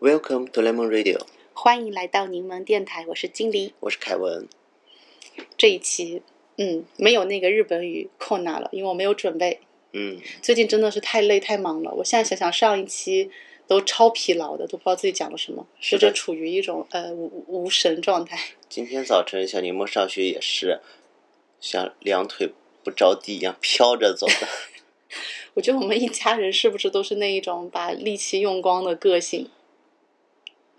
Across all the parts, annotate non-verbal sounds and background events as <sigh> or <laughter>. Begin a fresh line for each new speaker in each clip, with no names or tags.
Welcome to Lemon Radio，
欢迎来到柠檬电台，我是金黎。
我是凯文。
这一期，嗯，没有那个日本语 k o n a 了，因为我没有准备。
嗯，
最近真的是太累太忙了，我现在想想上一期都超疲劳的，都不知道自己讲了什么，
是
实
的
在处于一种呃无无神状态。
今天早晨小柠檬上学也是像两腿不着地一样飘着走的。
我觉得我们一家人是不是都是那一种把力气用光的个性，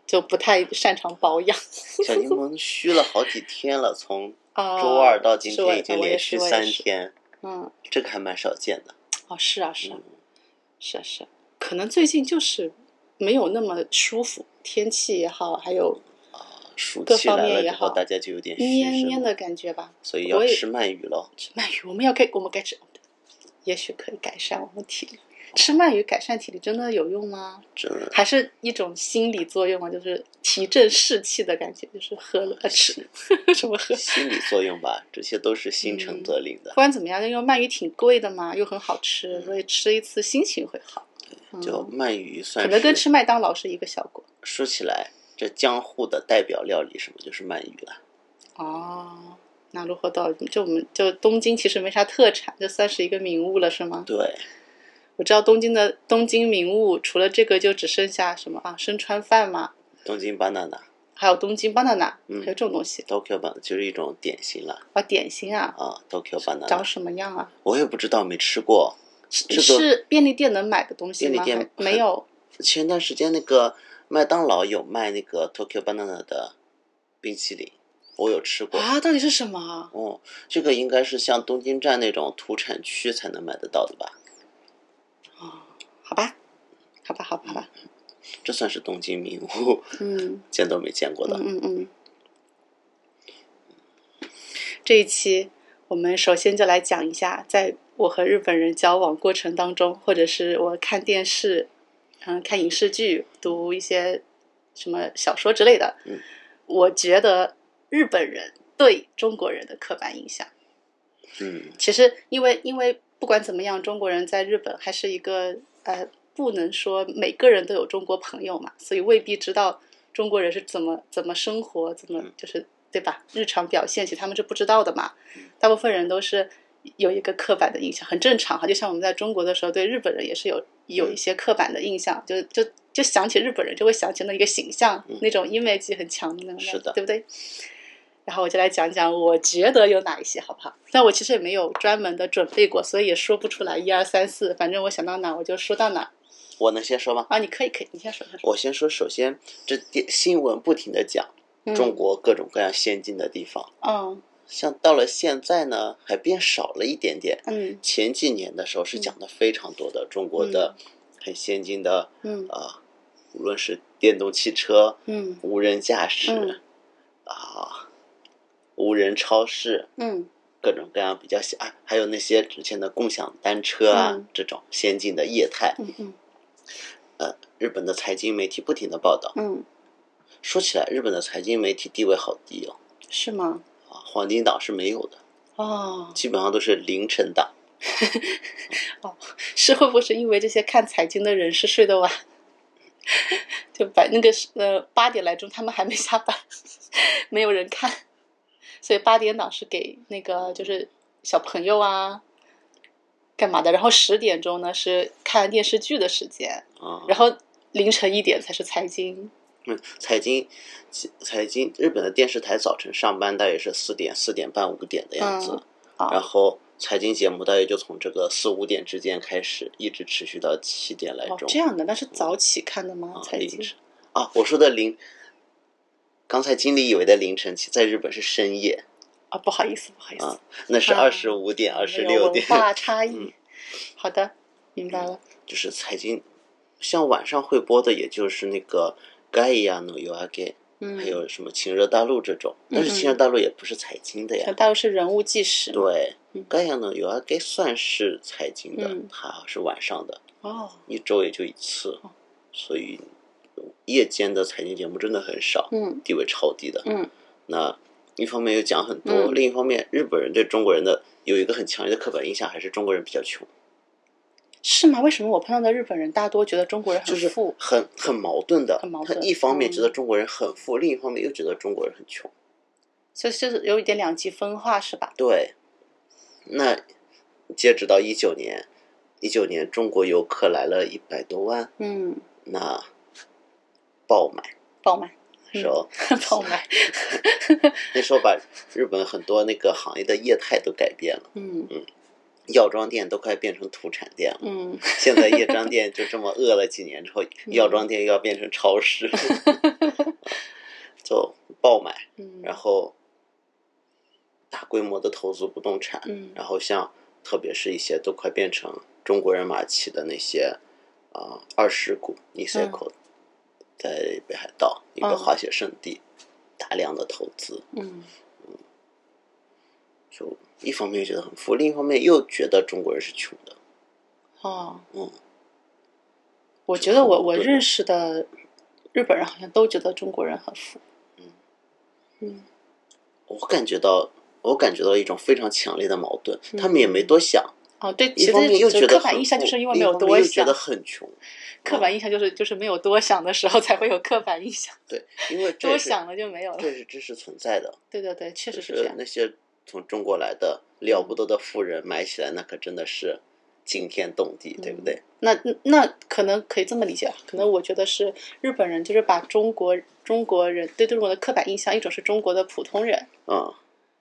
就不太擅长保养。
小柠檬虚了好几天了，从
啊，
<laughs> 周二到今
是我
天已经连续三。天，
我也是我也是嗯，
这个还蛮少见的。
哦，是啊，是啊
嗯，
是啊，是啊，可能最近就是没有那么舒服，天气也好，还有
暑
各
气
方
来
面
了
也
之后，
好
大家就有点虚
蔫
是
蔫
吗
的感觉吧。
所以要
我也
吃鳗鱼喽。
吃鳗鱼，我们要改，我们该吃，也许可以改善我们体力。吃鳗鱼改善体力真的有用吗？
真的
还是一种心理作用啊，就是提振士气的感觉，就是喝了
<laughs>
呃吃什 <laughs> 么喝。
心理作用吧，这些都是
嗯
心诚则灵的
不。管怎么样，因为鳗鱼挺贵的嘛，又很好吃，
嗯
所以吃一次心情会好。嗯
就鳗鱼
可
算
能跟
是
吃麦当劳是一个效果。
说起来，这江户的代表料理什么就是鳗鱼了。
哦，那如何到就我们就东京其实没啥特产，就算是一个名物了，是吗？
对，
我知道东京的东京名物，除了这个就只剩下什么啊，深川饭嘛，
东京 banana
还有东京 banana，、
嗯
还有这种东西
Tokyo banana 就是一种点心了
啊，点心啊，
啊，Tokyo
长
banana
什么样啊？
我也不知道，没吃过。这
是
个
是便利店能买的东西吗？
便利店
还没有
前段时间那个麦当劳有卖那个 Tokyo banana 的冰淇淋，我有吃过。
啊？到底是什么啊？
哦，这个应该是像东京站那种土产区才能买得到的吧？
好吧，好吧，好吧，好吧，
这算是东京名物， <laughs>
嗯。
见都没见过的。
嗯嗯嗯。这一期我们首先就来讲一下，在我和日本人交往过程当中，或者是我看电视、嗯、看影视剧、读一些什么小说之类的，
嗯
我觉得日本人对中国人的刻板印象。
嗯
其实因为因为不管怎么样，中国人在日本还是一个呃，不能说每个人都有中国朋友嘛，所以未必知道中国人是怎么怎么生活，怎么
嗯
就是对吧？日常表现，其实他们是不知道的嘛。
嗯
大部分人都是有一个刻板的印象，很正常哈。就像我们在中国的时候，对日本人也是有有
嗯
一些刻板的印象，就就就想起日本人就会想起那一个形象，
嗯
那种 image 很强的那种感觉，
是的
对不对？然后我就来讲讲，我觉得有哪一些，好不好？那我其实也没有专门的准备过，所以也说不出来一二三四，反正我想到哪儿我就说到哪儿
我能先说吗？
啊。你可以，可以，你先说，先说。
我先说，首先这电新闻不停的讲中
嗯，
国各种各样先进的地方，
嗯
像到了现在呢，还变少了一点点。
嗯
前几年的时候是讲的非常多的中国的很先进的
嗯
啊、无论是电动汽车、
嗯
无人驾驶
嗯
啊、无人超市，
嗯
各种各样比较小，啊还有那些之前的共享单车啊、
嗯
这种先进的业态，
嗯嗯
日本的财经媒体不停的报道。
嗯，
说起来，日本的财经媒体地位好低哦，
是吗？
啊，黄金档是没有的，
哦，
基本上都是凌晨档。
是会不会是因为这些看财经的人是睡得晚， <laughs> 就把那个是呃八点来钟他们还没下班， <laughs> 没有人看，所以八点档是给那个就是小朋友啊干嘛的，然后十点钟呢是看电视剧的时间，
啊，
然后凌晨一点才是财经。
嗯，财经，财经，日本的电视台早晨上班大约是四点、四点半、五点的样子，
啊
然后财经节目大约就从这个四五点之间开始，一直持续到七点来
哦，
钟。
这样的，那嗯是早起看的吗？
啊，
财
凌
经
晨啊，我说的凌，刚才经理以为的凌晨，其在日本是深夜，
啊，不好意思，不好意思
啊，那是
啊
二十五点、二十
有
六
文
点，
化差异
嗯。
好的，明白了。
就是财经，像晚上会播的，也就是那个《盖亚诺尤阿盖》，
嗯，
还有什么《情热大陆》这种。但是
嗯
《
嗯
情热大陆》也不是财经的呀。
大陆是人物纪实。
对，
嗯
《盖亚诺尤阿盖》啊算是财经的
嗯，
它是晚上的，
哦，
一周也就一次，所以夜间的财经节目真的很少，
嗯
地位超低的。
嗯
那一方面又讲很多，
嗯
另一方面日本人对中国人的有一个很强烈的刻板印象，还是中国人比较穷。，
是吗？为什么我碰到的日本人大多觉得中国人
就
很
是
富？
很很矛盾的。
很矛
他
盾
一方面
嗯
觉得中国人很富，另一方面又觉得中国人很穷。
所以就是有一点两极分化，是吧？
对，那截止到一九年，一九年中国游客来了一百多万，
嗯，
那爆买
爆满，
时候，
<laughs> 爆满，
那时候把日本很多那个行业的业态都改变了，
嗯
药妆店都快变成土产店了。
嗯，
现在药妆店就这么饿了几年之后， <laughs> 药妆店又要变成超市，就爆买，
嗯
然后大规模的投资不动产，
嗯
然后像特别是一些都快变成中国人马骑的那些啊二世谷、尼塞口，在北海道一个
嗯
滑雪胜地，大量的投资，
嗯
就一方面觉得很富，另一方面又觉得中国人是穷的，
哦，
嗯，
我觉得我我
对
认识的日本人好像都觉得中国人很富。
嗯
嗯
我感觉到。我感觉到一种非常强烈的矛盾，
嗯
他们也没多想，
哦，对，
一
其
方面又
实
觉
就
得
刻
很
板印象就是因为
富另
没
一
有
方面
多
又觉
想
得，嗯很穷，
刻板印象就是就是没有多想的时候才会有刻板印象，
对，因为这
多
是
想了就没有了。
这是真实存在的，
对对对，确
就
实是这
是
样。
那些从中国来的了不得的富人买起来，那可真的是惊天动地，对不对？
那那可能可以这么理解，啊可能我觉得是日本人就是把中国中国人对中国的刻板印象，一种是中国的普通人，
嗯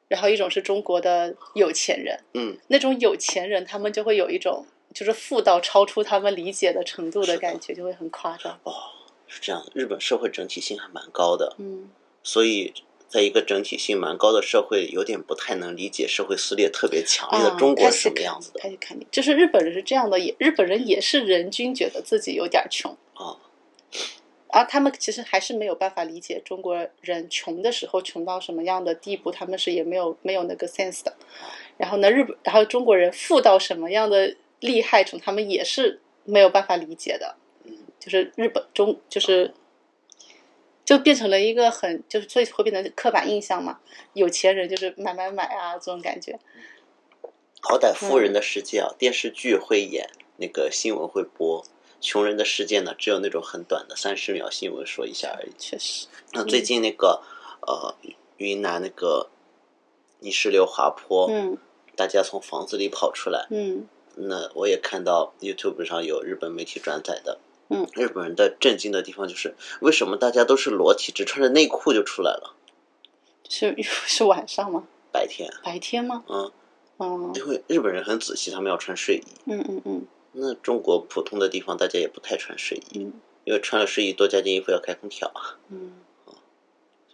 然后一种是中国的有钱人。
嗯，
那种有钱人，他们就会有一种就是富到超出他们理解的程度的
是的
感觉，就会很夸张。
哦，是这样的，日本社会整体性还蛮高的，
嗯
所以在一个整体性蛮高的社会，有点不太能理解社会撕裂特别强烈的中国是什么样子的
他就哦啊看你，就是日本人是这样的，也日本人也是人均觉得自己有点穷，
啊。
而他们其实还是没有办法理解中国人穷的时候穷到什么样的地步，他们是也没有没有那个 sense 的。然后呢，日本然后中国人富到什么样的厉害程度，他们也是没有办法理解的
嗯。
就是日本中就是。就变成了一个很，就是所以会变成刻板印象嘛，有钱人就是买买买啊这种感觉。
好歹富人的
嗯
世界啊，电视剧会演，那个新闻会播。穷人的世界呢，只有那种很短的三十秒新闻说一下而已。
确实，
那最近那个呃，云南那个泥石流滑坡，
嗯
大家从房子里跑出来，
嗯
那我也看到 YouTube 上有日本媒体转载的。
嗯，
日本人的震惊的地方就是，为什么大家都是裸体，只穿着内裤就出来了？
是是晚上吗？
白天，
白天吗？
嗯，
嗯
因为日本人很仔细，他们要穿睡衣。
嗯嗯嗯
那中国普通的地方，大家也不太穿睡衣，
嗯
因为穿了睡衣多加件衣服要开空调啊，
嗯，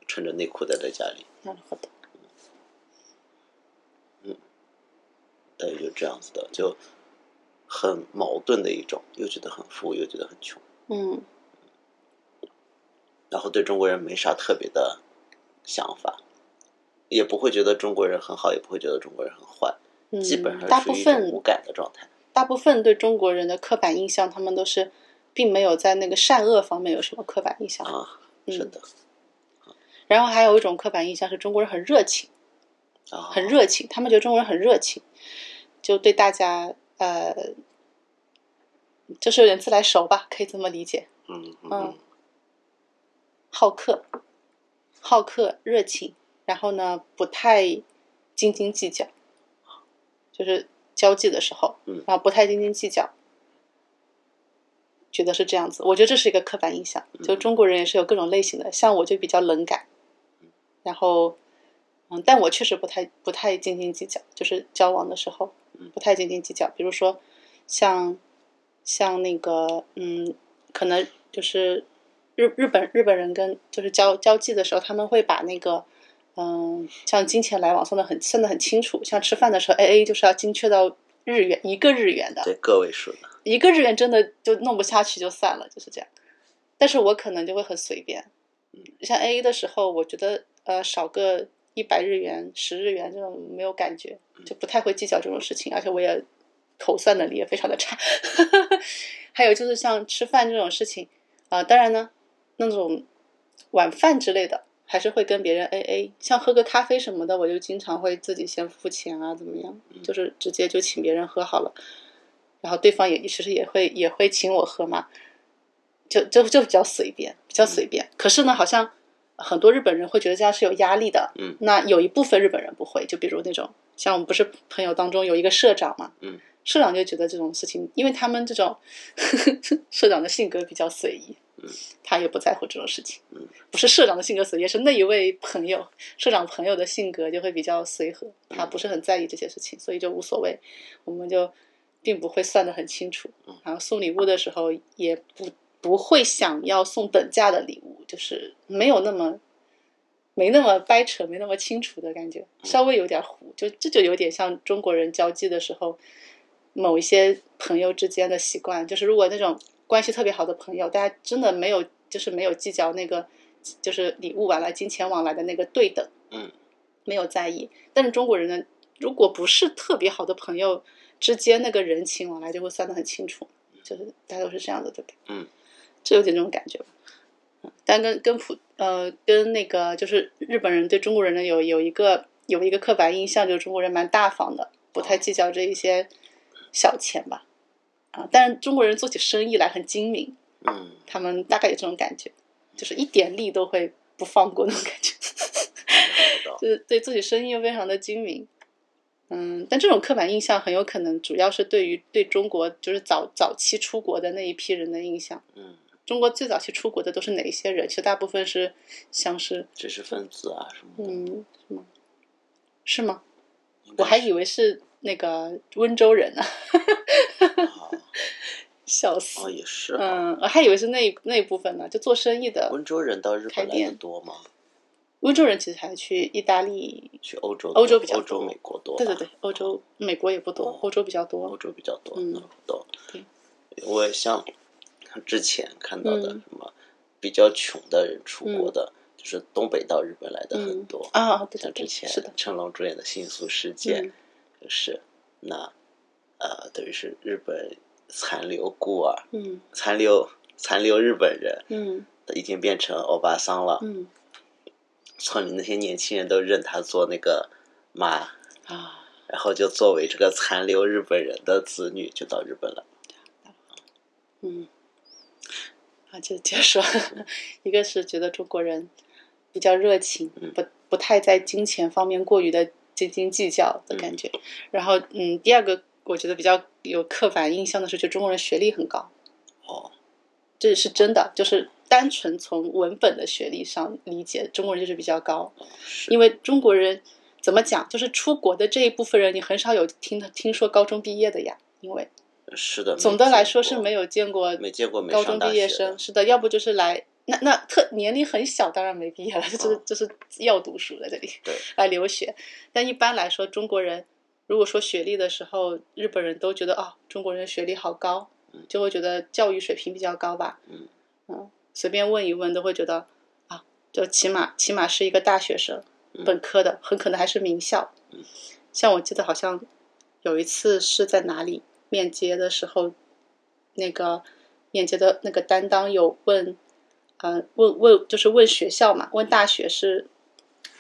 穿着内裤待在家里，
なるほど。
大概就这样子的，就很矛盾的一种，又觉得很富，又觉得很穷，
嗯
然后对中国人没啥特别的想法，也不会觉得中国人很好，也不会觉得中国人很坏，
嗯，
基本上
大
是属
部
于一种
分
无感的状态。
大部分对中国人的刻板印象，他们都是并没有在那个善恶方面有什么刻板印象。
啊，
嗯
是的，
然后还有一种刻板印象是中国人很热情，
啊，
很热情，他们觉得中国人很热情，就对大家呃，就是有点自来熟吧，可以这么理解。
嗯嗯
嗯
嗯，
好客，好客，热情，然后呢，不太斤斤计较，就是交际的时候，
嗯
然后不太斤斤计较，觉得是这样子。我觉得这是一个刻板印象，就中国人也是有各种类型的，像我就比较冷感，然后，嗯，但我确实不太不太斤斤计较，就是交往的时候
嗯
不太斤斤计较，比如说像像那个嗯，可能就是日日本日本人跟就是交交际的时候，他们会把那个嗯，像金钱来往算的很算的很清楚，像吃饭的时候 A A 就是要精确到日元一个日元的，
对，个位数的，
一个日元真的就弄不下去就散了，就是这样。但是我可能就会很随便，像 A A 的时候，我觉得呃少个一百日元、十日元这种没有感觉，就不太会计较这种事情，而且我也口算能力也非常的差。 <laughs> 还有就是像吃饭这种事情，啊、当然呢，那种晚饭之类的，还是会跟别人 A A。像喝个咖啡什么的，
嗯
我就经常会自己先付钱啊，怎么样，就是直接就请别人喝好了。然后对方也其实也会也会请我喝嘛，就就就比较随便，比较
嗯
随便。可是呢，好像很多日本人会觉得这样是有压力的。
嗯，
那有一部分日本人不会，就比如那种像我们不是朋友当中有一个社长嘛，
嗯，
社长就觉得这种事情，因为他们这种 <laughs> 社长的性格比较随意，
嗯，
他也不在乎这种事情。
嗯，
不是社长的性格随意，是那一位朋友社长朋友的性格就会比较随和，他不是很在意这些事情，所以就无所谓。我们就并不会算得很清楚
嗯。
然后送礼物的时候也不不会想要送等价的礼物，就是没有那么没那么掰扯，没那么清楚的感觉，稍微有点糊。就这就有点像中国人交际的时候，某一些朋友之间的习惯，就是如果那种关系特别好的朋友，大家真的没有就是没有计较那个就是礼物往来、金钱往来的那个对等，
嗯，
没有在意。但是中国人呢，如果不是特别好的朋友之间，那个人情往来就会算得很清楚，就是大家都是这样的，对不对？
嗯，
这有点这种感觉吧。嗯但跟跟普呃跟那个就是日本人对中国人呢有有一个有一个刻板印象，就是中国人蛮大方的，不太计较这一些小钱吧。啊，但是中国人做起生意来很精明，
嗯，
他们大概有这种感觉，就是一点利都会不放过那种感觉。
知道，
就是对自己生意又非常的精明。嗯，但这种刻板印象很有可能主要是对于对中国就是早早期出国的那一批人的印象。
嗯，
中国最早期出国的都是哪一些人？其实大部分是像是
知识分子啊什么的，
嗯什么？是吗？
应该
我还
是
以为是那个温州人呢、
啊
<laughs> 笑死！
哦也是啊，
嗯，我还以为是那一那一部分呢，就做生意的
温州人到日
开
本来的
店
多吗？
温州人，其实还去意大利，
去欧洲多，
欧洲比较
欧洲
多
美国多吧，
对对对，欧洲、美国也不多
哦，
欧洲比较多。
欧洲比较多，
嗯
那多
对。
我也像之前看到的
嗯
什么比较穷的人出国的，就是东北到日本来的很多，
啊，对对
像
对，
之前
是的，
成龙主演的《新宿事件》
嗯
就是那呃，等于是日本残留孤儿、
嗯
残留残留日本人
嗯
已经变成欧巴桑了，
嗯
村里那些年轻人都认他做那个妈。
啊，
然后就作为这个残留日本人的子女，就到日本了。
嗯，啊，就接着说， <laughs> 一个是觉得中国人比较热情
嗯，
不不太在金钱方面过于的斤斤计较的感觉。然后，嗯，第二个我觉得比较有刻板印象的是，觉得中国人学历很高，
哦，
这是真的，就是单纯从文本的学历上理解，中国人就是比较高。
嗯是
因为中国人怎么讲，就是出国的这一部分人，你很少有听听说高中毕业的呀，因为
是的。
总
没
的
见
来说
过
是没有见过
没见过没
高
上
中
大
毕业
学
生，
的
是的，要不就是来那那特年龄很小，当然没毕业了，就是
嗯
就是要读书在这里
对
来留学。但一般来说，中国人如果说学历的时候，日本人都觉得哦，中国人学历好高
嗯，
就会觉得教育水平比较高吧。
嗯
嗯随便问一问都会觉得啊，就起码起码是一个大学生
嗯，
本科的，很可能还是名校
嗯。
像我记得好像有一次是在哪里面接的时候，那个面接的那个担当有问，呃，问问就是问学校嘛，问大学是。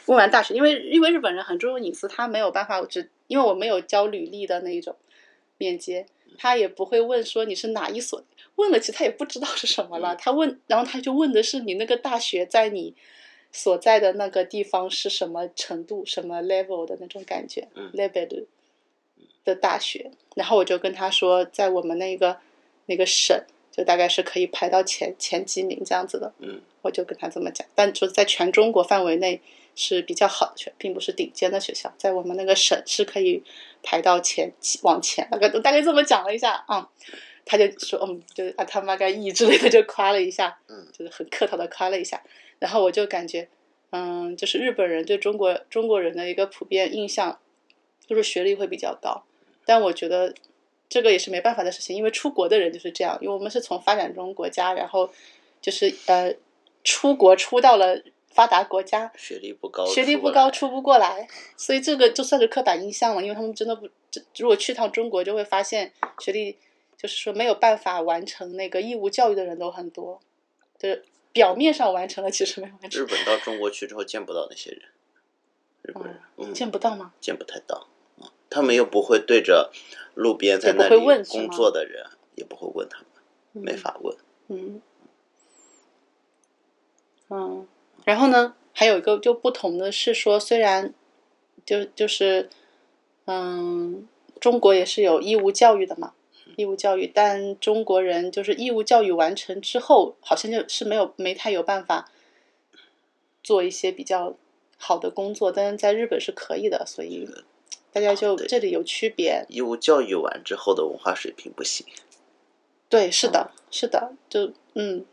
问完大学，因为因为日本人很注重隐私，他没有办法，只因为我没有交履历的那一种面接，他也不会问说你是哪一所问了，其实他也不知道是什么了。
嗯
他问，然后他就问的是你那个大学在你所在的那个地方是什么程度、什么 level 的那种感觉、
嗯
l e v e l 的大学。然后我就跟他说，在我们那个那个省，就大概是可以排到前前几名这样子的。
嗯
我就跟他这么讲，但就是在全中国范围内是比较好的学，并不是顶尖的学校，在我们那个省是可以排到前往前，大概 <laughs> 大概这么讲了一下啊、他就说嗯，就是啊他妈该意之类的就夸了一下，
嗯
就是很客套的夸了一下，然后我就感觉嗯，就是日本人对中国中国人的一个普遍印象就是学历会比较高，但我觉得这个也是没办法的事情，因为出国的人就是这样，因为我们是从发展中国家，然后就是呃出国出到了发达国家，
学历不高，
学历
哦出
不
不
高
来
出不过来，所以这个就算是刻板印象了，因为他们真的不，这如果去趟中国就会发现学历就是说没有办法完成那个义务教育的人都很多，就是表面上完成了，其实没完
日
成，
本到中国去之后见不到那些人，日本人嗯
哦见不到吗？
见不太到。嗯他们又不会对着路边在那
也不会问
里
是吗
工作的人，也不会问他们，没法问。
嗯，嗯，然后呢，还有一个就不同的是说，虽然就就是嗯，中国也是有义务教育的嘛，义务教育，但中国人就是义务教育完成之后，好像就是没有没太有办法做一些比较好的工作，但是在日本是可以的，啊所以大家就
对
这里有区别，
义务教育完之后的文化水平不行，
对，是的，是的，就嗯，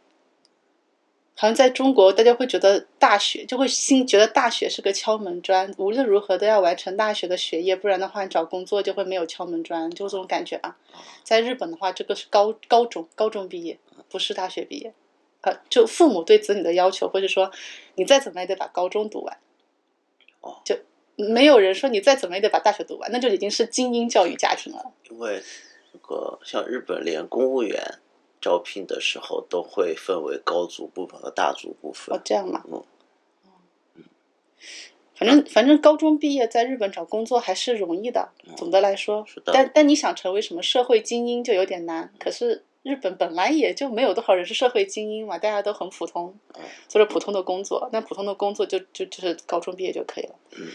好像在中国，大家会觉得大学就会心觉得大学是个敲门砖，无论如何都要完成大学的学业，不然的话你找工作就会没有敲门砖，就这种感觉吧。在日本的话，这个是高高中高中毕业，不是大学毕业，啊，就父母对子女的要求，或者说你再怎么也得把高中读完
哦，
就没有人说你再怎么也得把大学读完，那就已经是精英教育家庭了。
因为这个像日本连公务员招聘的时候都会分为高组部分和大组部
哦
分，。
这样嘛。
嗯
反正反正高中毕业在日本找工作还是容易的，总的来说。
哦是的
但但你想成为什么社会精英就有点难。可是日本本来也就没有多少人是社会精英嘛，大家都很普通
嗯，
做着普通的工作。那普通的工作就就就是高中毕业就可以了。
嗯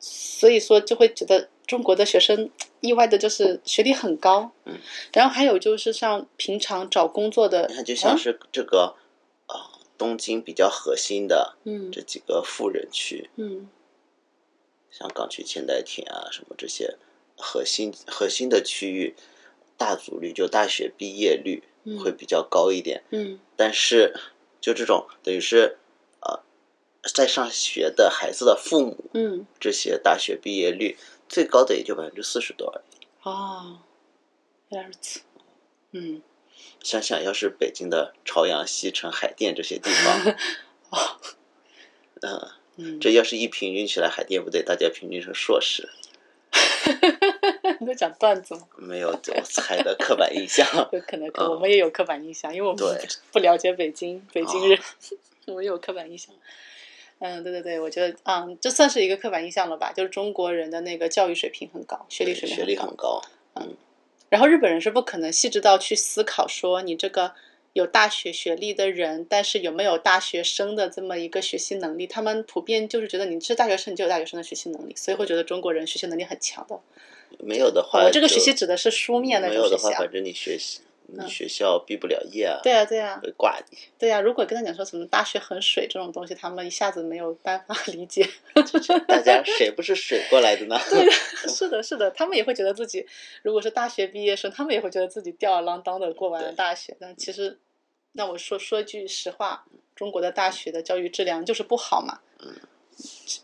所以说就会觉得中国的学生意外的就是学历很高，
嗯
然后还有就是像平常找工作的
你，看，就像
哦
是这个啊、呃东京比较核心的
嗯
这几个富人区，
嗯
像港区千代田啊什么这些核心核心的区域，大组率就大学毕业率
嗯
会比较高一点。
嗯
但是就这种等于是呃在上学的孩子的父母，
嗯，
这些大学毕业率最高的也就百分之四十多而已。
哦，原来如此，嗯。，
想想要是北京的朝阳西城、海淀这些地方
<laughs> 哦，
嗯，
嗯， <laughs>
这要是一平均起来，海淀不得大家平均成硕士？
你在讲段子吗？
没有，我猜的刻板印象。
有可能，可
嗯
我们也有刻板印象，因 <laughs> 为我们
对哦
不不了解北京北京人， <laughs> 我们有刻板印象。嗯，对对对，我觉得，嗯，这算是一个刻板印象了吧？就是中国人的那个教育水平很高，学历水平
学历
高
很，高，
然后日本人是不可能细致到去思考说你这个有大学学历的人，但是有没有大学生的这么一个学习能力？他们普遍就是觉得你是大学生，你就有大学生的学习能力，所以会觉得中国人学习能力很强的。
没有的话就，
我这个学习指的是书面那
没
种
有
学
的
习
话，
啊。
反正你学习，
嗯
你学校毕不了业啊，
对啊，对啊，
会挂你。 <laughs>
对呀、如果跟他讲说什么大学很水这种东西，他们一下子没有办法 <laughs> 理解。
大家谁不是水过来的呢？哦
是的，是的，他们也会觉得自己如果是大学毕业生，他们也会觉得自己吊儿郎当的过完了
对
大学。但其实，那我说说句实话，中国的大学的教育质量就是不好嘛。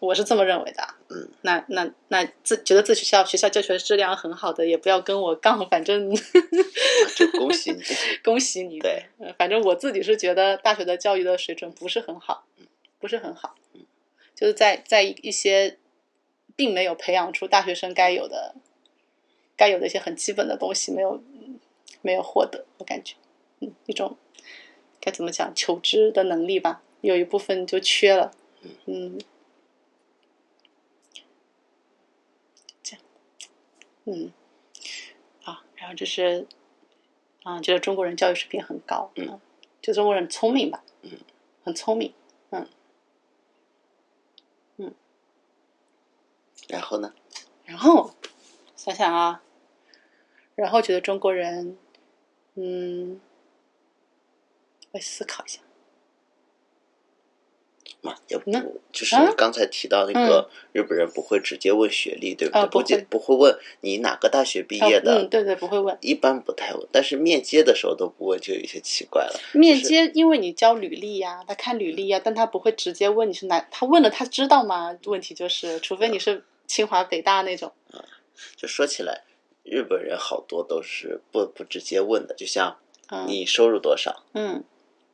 我是这么认为的啊。
嗯
那那那自觉得自己学校学校教学质量很好的，也不要跟我杠，反正
<laughs>
<laughs>
就恭喜你。
恭喜你。
对
呃，反正我自己是觉得大学的教育的水准不是很好，嗯不是很好，
嗯
就是在在一些并没有培养出大学生该有的、该有的一些很基本的东西没有没有获得，我感觉，嗯，一种该怎么讲求知的能力吧，有一部分就缺了，嗯。这样，嗯，啊，然后这是啊，觉得中国人教育水平很高，
嗯
啊，就中国人聪明吧，
嗯，
很聪明，
然后呢？
然后想想啊，然后觉得中国人，嗯，我思考一下，
嘛，也不
那
就是
啊
刚才提到那个日本人不会直接问学历，对不对？
啊不
不
会
仅不会问你哪个大学毕业
啊嗯，
的，
对对，不会问
一般不太问，但是面接的时候都不问，就有一些奇怪了。
面接，因为你交履历呀、他看履历呀、但他不会直接问你是哪，他问了他知道吗？问题就是，除非你是清华北大那种，
就说起来，日本人好多都是不不直接问的，就像
嗯
你收入多少，
嗯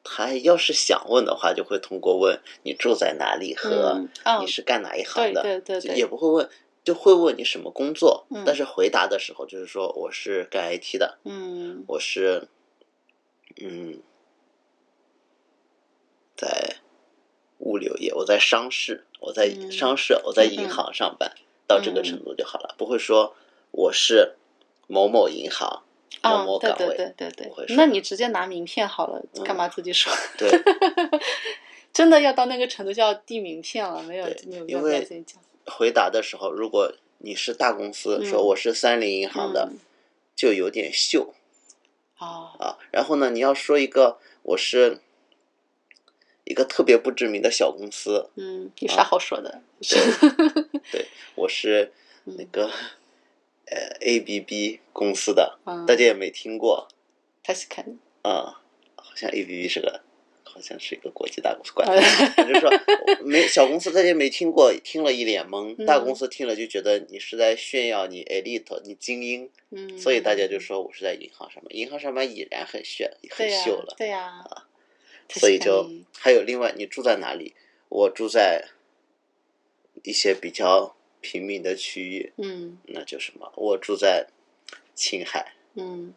他要是想问的话，就会通过问你住在哪里和
嗯啊
你，是干哪一行
对
的，
对对
就也
对，
不会问。就会问你什么工作，
嗯
但是回答的时候就是说我是干 IT 的，
嗯
我是，嗯，在物流业，我在商市，我在
嗯
商市，我在
嗯
银行上班。到这个程度就好了，不会说我是某某银行某
啊
某，
对
岗
对
位，
对对对
我会，说
那你直接拿名片好了，
嗯
干嘛自己说？ <laughs>
对
真的要到那个程度就要递名片了，没有
对
没有
因
必要
为
再自己讲。
回答的时候，如果你是大公司，
嗯
说我是三菱银行的，
嗯
就有点秀
啊，
啊。然后呢，你要说一个我是一个特别不知名的小公司，
嗯，有
啊
啥好说的？是
我是
嗯
那个、呃 ABB 公司的，
<laughs> 嗯，
大家也没听过
他是看，
啊、好像 ABB 是个。好像是一个国际大公司，管他呢我就说没小公司，大家没听过，听了一脸懵；
嗯
大公司听了就觉得你是在炫耀你 elite，你精英，
嗯，
所以大家就说我是在银行上班，银行上班已然很炫很
对呀啊
秀了，啊
对呀，
所以就
確かに
还有另外你住在哪里？我住在一些比较平民的区域，
嗯
那就什么，我住在青海，
嗯，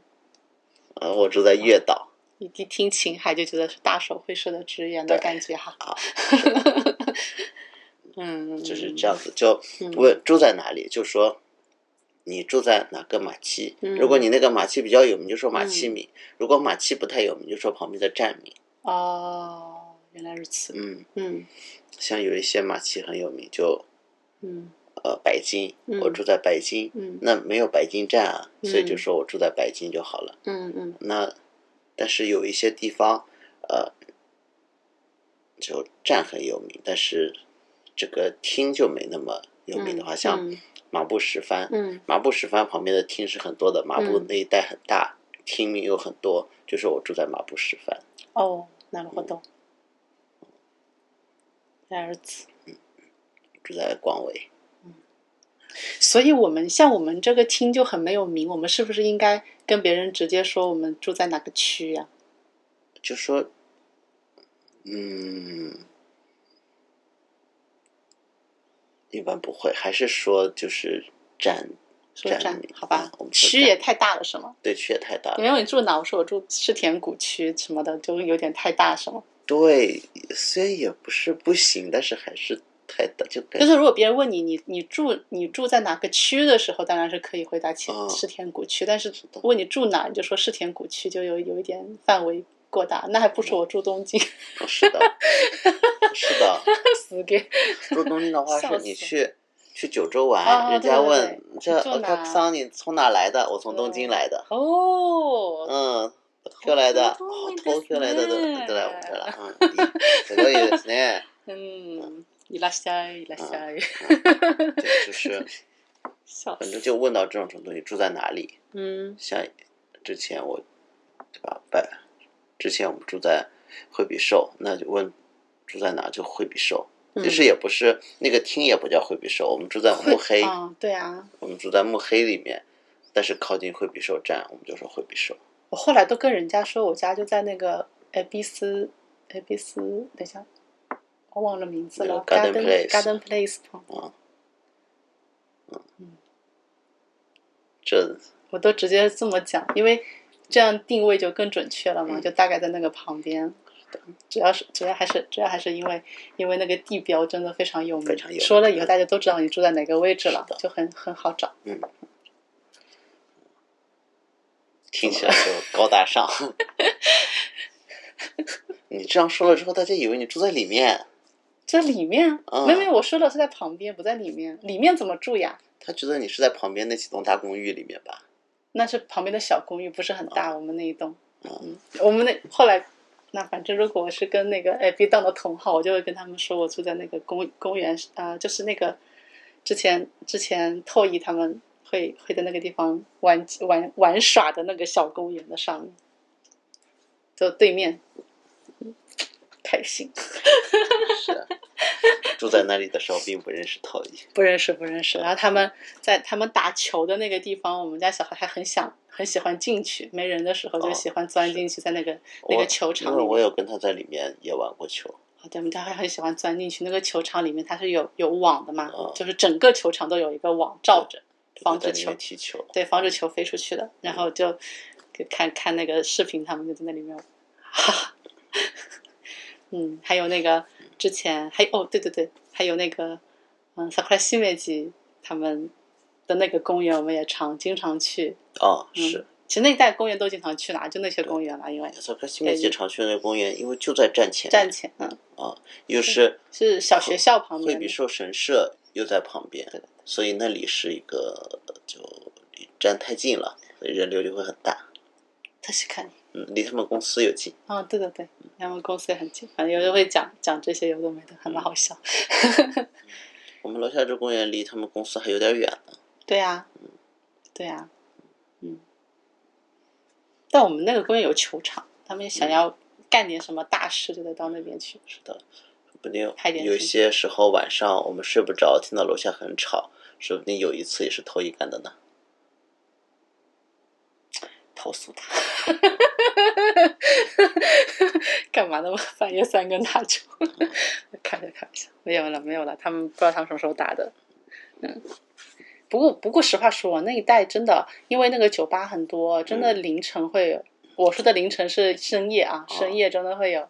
呃，我住
哦
在月岛，
一一听秦海就觉得是大手绘师的职员
对
的
啊
感觉哈， <laughs> 嗯，
就是这样子。就
嗯，
问住在哪里，就说你住在哪个马七。
嗯
如果你那个马七比较有名，就说马七米；如果马七不太有名，就说旁边的站名。
哦，原来如此，
嗯，
嗯
像有一些马七很有名，就
嗯
呃白金，
嗯
我住在白金。
嗯
那没有白金站啊，所以就
嗯
说我住在白金就好了。
嗯嗯
那但是有一些地方，呃，就站很有名，但是这个厅就没那么有名的话，像
嗯
麻布石帆，
嗯
麻布石帆旁边的厅是很多的，麻布
嗯
那一带很大，厅名有很多，就是我住在麻布石帆。
哦，なるほど。原来如此。
住在广维，
所以我们像我们这个厅就很没有名，我们是不是应该跟别人直接说我们住在哪个区啊呀、
就说，嗯，一般不会，还是说就是站
说
站
站
名
好吧
嗯我们，说
区
站
也太大了，是吗？
对区也太大了，
没有你住哪？我说我住世田谷区什么的，就有点太大，是吗？
对，虽然也不是不行，但是还是太大，就感
就
觉
是如果别人问你，你你住你住在哪个区的时候，当然是可以回答起
嗯
世田谷区，但是
是的
问你住哪，你就说世田谷区，就有有一点范围过大，那还
嗯
不说我住东京， <laughs>
哦是的， <laughs> 是的。
死给。
住东京的话，
笑
是你
死
去去九州
啊
玩，人
对
家
对
问
对
这
住哪
奥桑你从哪来的？我从东京
对
来的，
哦，
嗯。Q 来的，
東
哦，
京
東京来的都
ですね
都来我们这儿
哎
了，嗯， <laughs> すごいですね。
嗯，いらっしゃい，いらっしゃい，
嗯对，就是
笑
反正
死。
就问到这种程度，你住在哪里？
嗯
像之前我，对吧？拜，之前我们住在惠比寿，那就问住在哪就惠比寿。
嗯
其实也不是那个厅也不叫惠比寿，我们住在慕黑，
啊，对啊，
我们住在慕黑里面，但是靠近惠比寿站，我们就说惠比寿。
我后来都跟人家说，我家就在那个艾比斯，艾比斯，等一下，我忘了名字
那
了
个 Garden Place
Garden Place 旁，
这
我都直接这么讲，因为这样定位就更准确了嘛，
嗯
就大概在那个旁边。主要是主要还是主要还是因为因为那个地标真的非常有名，
非常有名
说了以后大家都知道你住在哪个位置了
是的，
就很很好找。
听起来就高大
<laughs>
上。你这样说了之后，大家以为你住在里面，
这里面，
嗯
没有没有，我说的是在旁边，不在里面。里面怎么住呀？
他觉得你是在旁边那几栋大公寓里面吧？
那是旁边的小公寓，不是很大。我们那一栋，
嗯，
我们那后来，那反正如果我是跟那个哎 B 档的同好，我就会跟他们说我住在那个公公园，呃，就是那个之前之前透一他们会会在那个地方玩玩玩耍的那个小公园的上面，就对面，开心。
是。住在那里的时候并不认识陶艺，
不认识，不认识。然后他们在他们打球的那个地方，我们家小孩还很想很喜欢进去，没人的时候就
哦
喜欢钻进去，在那个、 <laughs> 那
我
个球场
因
里
为
面。
我有跟他在里面也玩过球，
好的，我们家还很喜欢钻进去。那个球场里面它是有有网的嘛，
哦
就是整个球场都有一个网罩着，防
在
止
里
球
面踢球。
对防止球飞出去的。然后就就看看那个视频，他们就在那里面玩。 <laughs> 嗯，还有那个之前还有哦，对对对，还有那个嗯，萨库拉西梅吉他们的那个公园，我们也常经常去。
哦，
嗯
是。
其实那一带公园都经常去啦，就那些公园啦，因为
萨克西美季常去的那个公园，因为就在站前，
哎站前，嗯，
又是
是小学校旁
惠
边
比
的，
寿神社又在旁边
对的，
所以那里是一个就离站太近了，所以人流就会很大。
他是看。
嗯，离他们公司又近。
啊、对对对，然后公司也很近，反正有时候会讲讲这些有的没的，还蛮好笑。
我们楼下这公园离他们公司还有点远呢。
对呀、对呀、嗯。但我们那个公园有球场，他们想要干点什么大事，就得到那边去。 <laughs>
是的，说不定
拍点
有
视频
些时候晚上我们睡不着，听到楼下很吵，说不定有一次也是偷一干的呢。
投诉他，干嘛那么 <laughs> 半夜三更打球？ <laughs> 开玩笑，开玩笑，没有了，没有了，他们不知道他们什么时候打的。嗯，不过不过，实话说，那一带真的，因为那个酒吧很多，真的凌晨会有。我说的凌晨是深夜啊，
哦
深夜真的会有，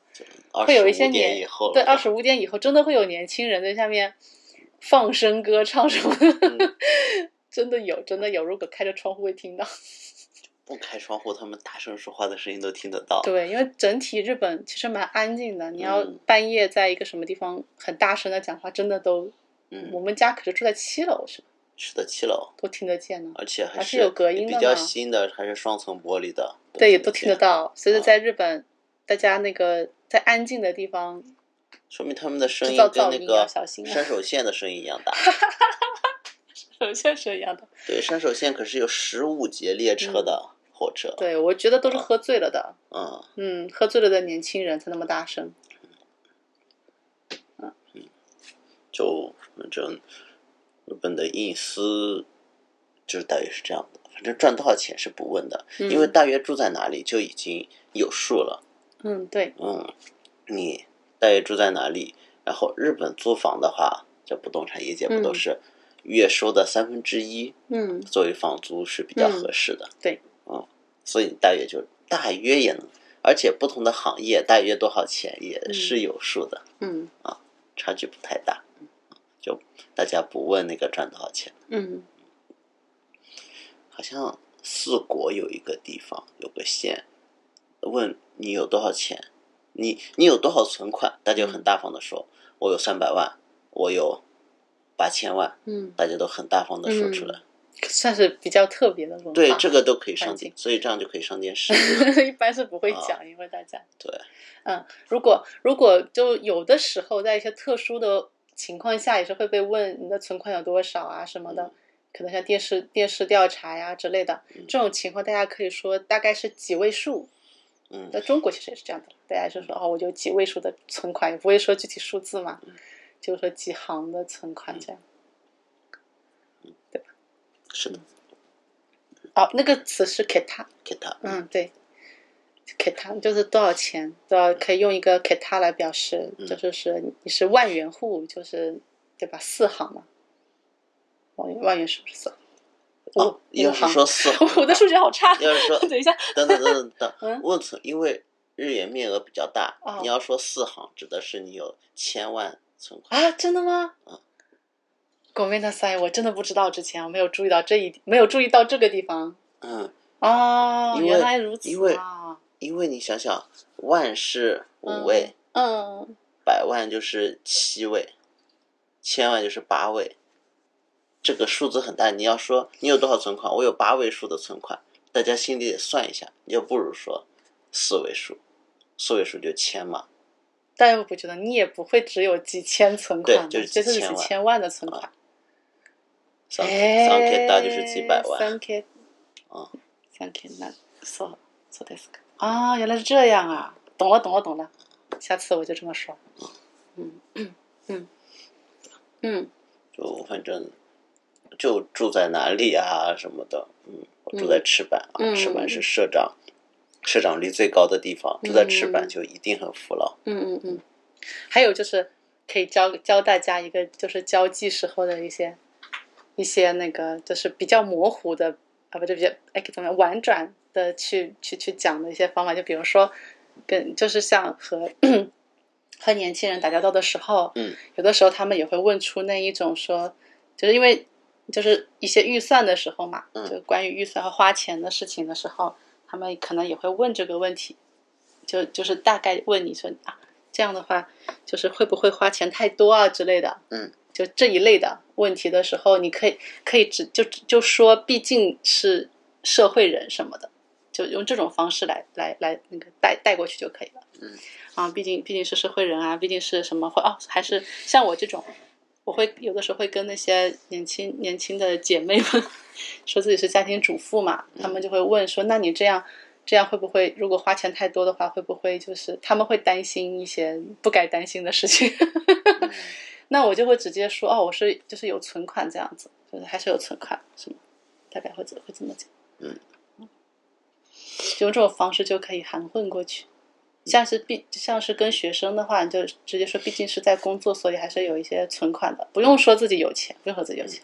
二
会
十
有
五
一些
点
年
以后了，
对，二十五点以后真的会有年轻人在下面放声歌唱什么的，
嗯
<laughs> 真的有，真的有。如果开着窗户会听到。 <laughs>
不开窗户，他们大声说话的声音都听得到。
对，因为整体日本其实蛮安静的，你要
嗯
半夜在一个什么地方很大声的讲话，真的都，我
嗯，
们家可是住在七楼，是吧？
是的，七楼，
都听得见呢。
而且
还
还
是有隔音的
比较
嘛
新的，还是双层玻璃的。
对，也都听得哦
见，
到。所以
啊
在日本，大家那个在安静的地方 <laughs>
说明他们的声
制
音
造
跟
噪
那
音要
个
小心啊
山，手线的声音一样
<laughs>
大。
首先是一样的。
对，山手线可是有十五节列车的火车。，
嗯对，我觉得都是喝醉了的，
嗯，
嗯，喝醉了的年轻人才那么大声。
就反正日本的隐私就是大约是这样的，反正赚多少钱是不问的，
嗯、
因为大约住在哪里就已经有数了。
嗯，对，
嗯，你大约住在哪里？然后日本租房的话，这不动产业界不都
嗯
是月收的三分之一
嗯，
作为房租是比较
嗯
合适的？
对，
嗯，所以大约就大约也能，而且不同的行业大约多少钱也是有数的，
嗯，
差距不太大。就大家不问那个赚多少钱，
嗯，
好像四国有一个地方有个县，问你有多少钱，你你有多少存款，大家就
嗯
很大方的说，我有三百万，我有八千万，
嗯，
大家都很大方的说出来。
算是比较特别的文化。
对，这个都可以上
环
电
境，
所以这样就可以上电视。
<laughs> 一般是不会
啊
讲，因为大家。
对，
嗯，如果如果就有的时候在一些特殊的情况下，也是会被问你的存款有多少啊什么的，
嗯
可能像电视电视调查呀之类的
嗯，
这种情况大家可以说大概是几位数。
嗯
那中国其实也是这样的，大家就说哦，我有几位数的存款，也不会说具体数字嘛，
嗯
就是说几行的存款这样。
是的，
哦，那个词是 kita，
给他，
嗯，对。kita 就是多少钱，都要可以用一个 kita 来表示，
嗯
就是是你是万元户，就是对吧？四行嘛，万元万元是不是四行？
啊
五
要
五
是
行。
说啊四行
我的数学好 <laughs> 差。
要是
<laughs>
说
等一下，
等等等等等
嗯，
问存，因为日元面额比较大，
哦
你要说四行，指的是你有千万存款。
啊，真的吗
嗯？
ごめんなさい，我真的不知道，之前我没有注意到这一，没有注意到这个地方
嗯，
哦，
因为
原来如此
因为
啊，
因为你想想，万是五位，
嗯，
百万就是七位，千万就是八位，这个数字很大。你要说你有多少存款，我有八位数的存款，大家心里得算一下，你就不如说四位数，四位数就千嘛。
但我不觉得你也不会只有几千存
对
款吧，
就是
这
几
是
千
几
万啊
千万的存款。
三
え
三 K 大就是几百万，
哎三 K，
嗯，
三 K 那そうそうですか。啊，原来是这样啊！懂了，懂了，懂了。下次我就这么说。嗯嗯嗯嗯
就反正就住在哪里啊什么的。嗯，我住在赤坂啊，
嗯
赤坂是社长，社长率最高的地方，住在赤坂
嗯
就一定很服劳。
嗯嗯嗯。还有就是可以教教大家一个，就是交际时候的一些一些那个，就是比较模糊的啊，不对，比较哎怎么样婉转的去去去讲的一些方法，就比如说跟就是像和 <clears throat> 和年轻人打交道的时候，
嗯，
有的时候他们也会问出那一种说，就是因为就是一些预算的时候嘛，
嗯
就关于预算和花钱的事情的时候，他们可能也会问这个问题，就就是大概问你说啊，这样的话就是会不会花钱太多啊之类的，
嗯，
就这一类的问题的时候，你可以可以只就就说，毕竟是社会人什么的，就用这种方式来来来那个带带过去就可以了。
嗯，
啊，毕竟毕竟是社会人啊，毕竟是什么会哦，还是像我这种，我会有的时候会跟那些年轻年轻的姐妹们说自己是家庭主妇嘛，她们就会问说，那你这样。这样会不会，如果花钱太多的话，会不会就是他们会担心一些不该担心的事情？
嗯
那我就会直接说，哦，我是就是有存款这样子，就是还是有存款什么，大概会怎会这么讲？
嗯，
就用这种方式就可以含混过去。像是毕像是跟学生的话，你就直接说，毕竟是在工作，所以还是有一些存款的，不用说自己有钱，不用说自己有钱，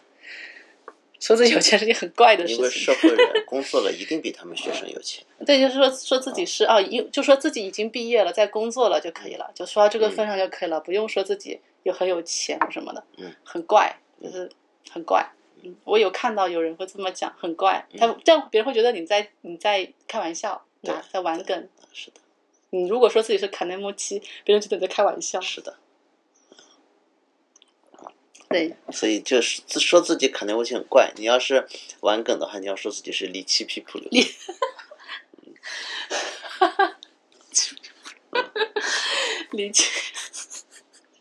说自己有钱是件很怪的事
因为
情。
社嗯会人工作了，一定比他们学生有
<laughs>
钱。
对，就是说说
啊
自己是哦，一就说自己已经毕业了，在工作了就可以了，就说到这个份上就可以了，不用说自己有很有钱什么的，
嗯，
很怪，就是很怪。嗯，我有看到有人会这么讲，很怪，他这样别人会觉得你在你在开玩笑，
嗯对
拿在玩梗。
是的，
你如果说自己是卡内莫七，别人觉得你在开玩笑。
是的。
对，
所以就是自说自己可能有点怪，你要是玩梗的话，你要说自己是离奇皮普流。
理解。 <laughs>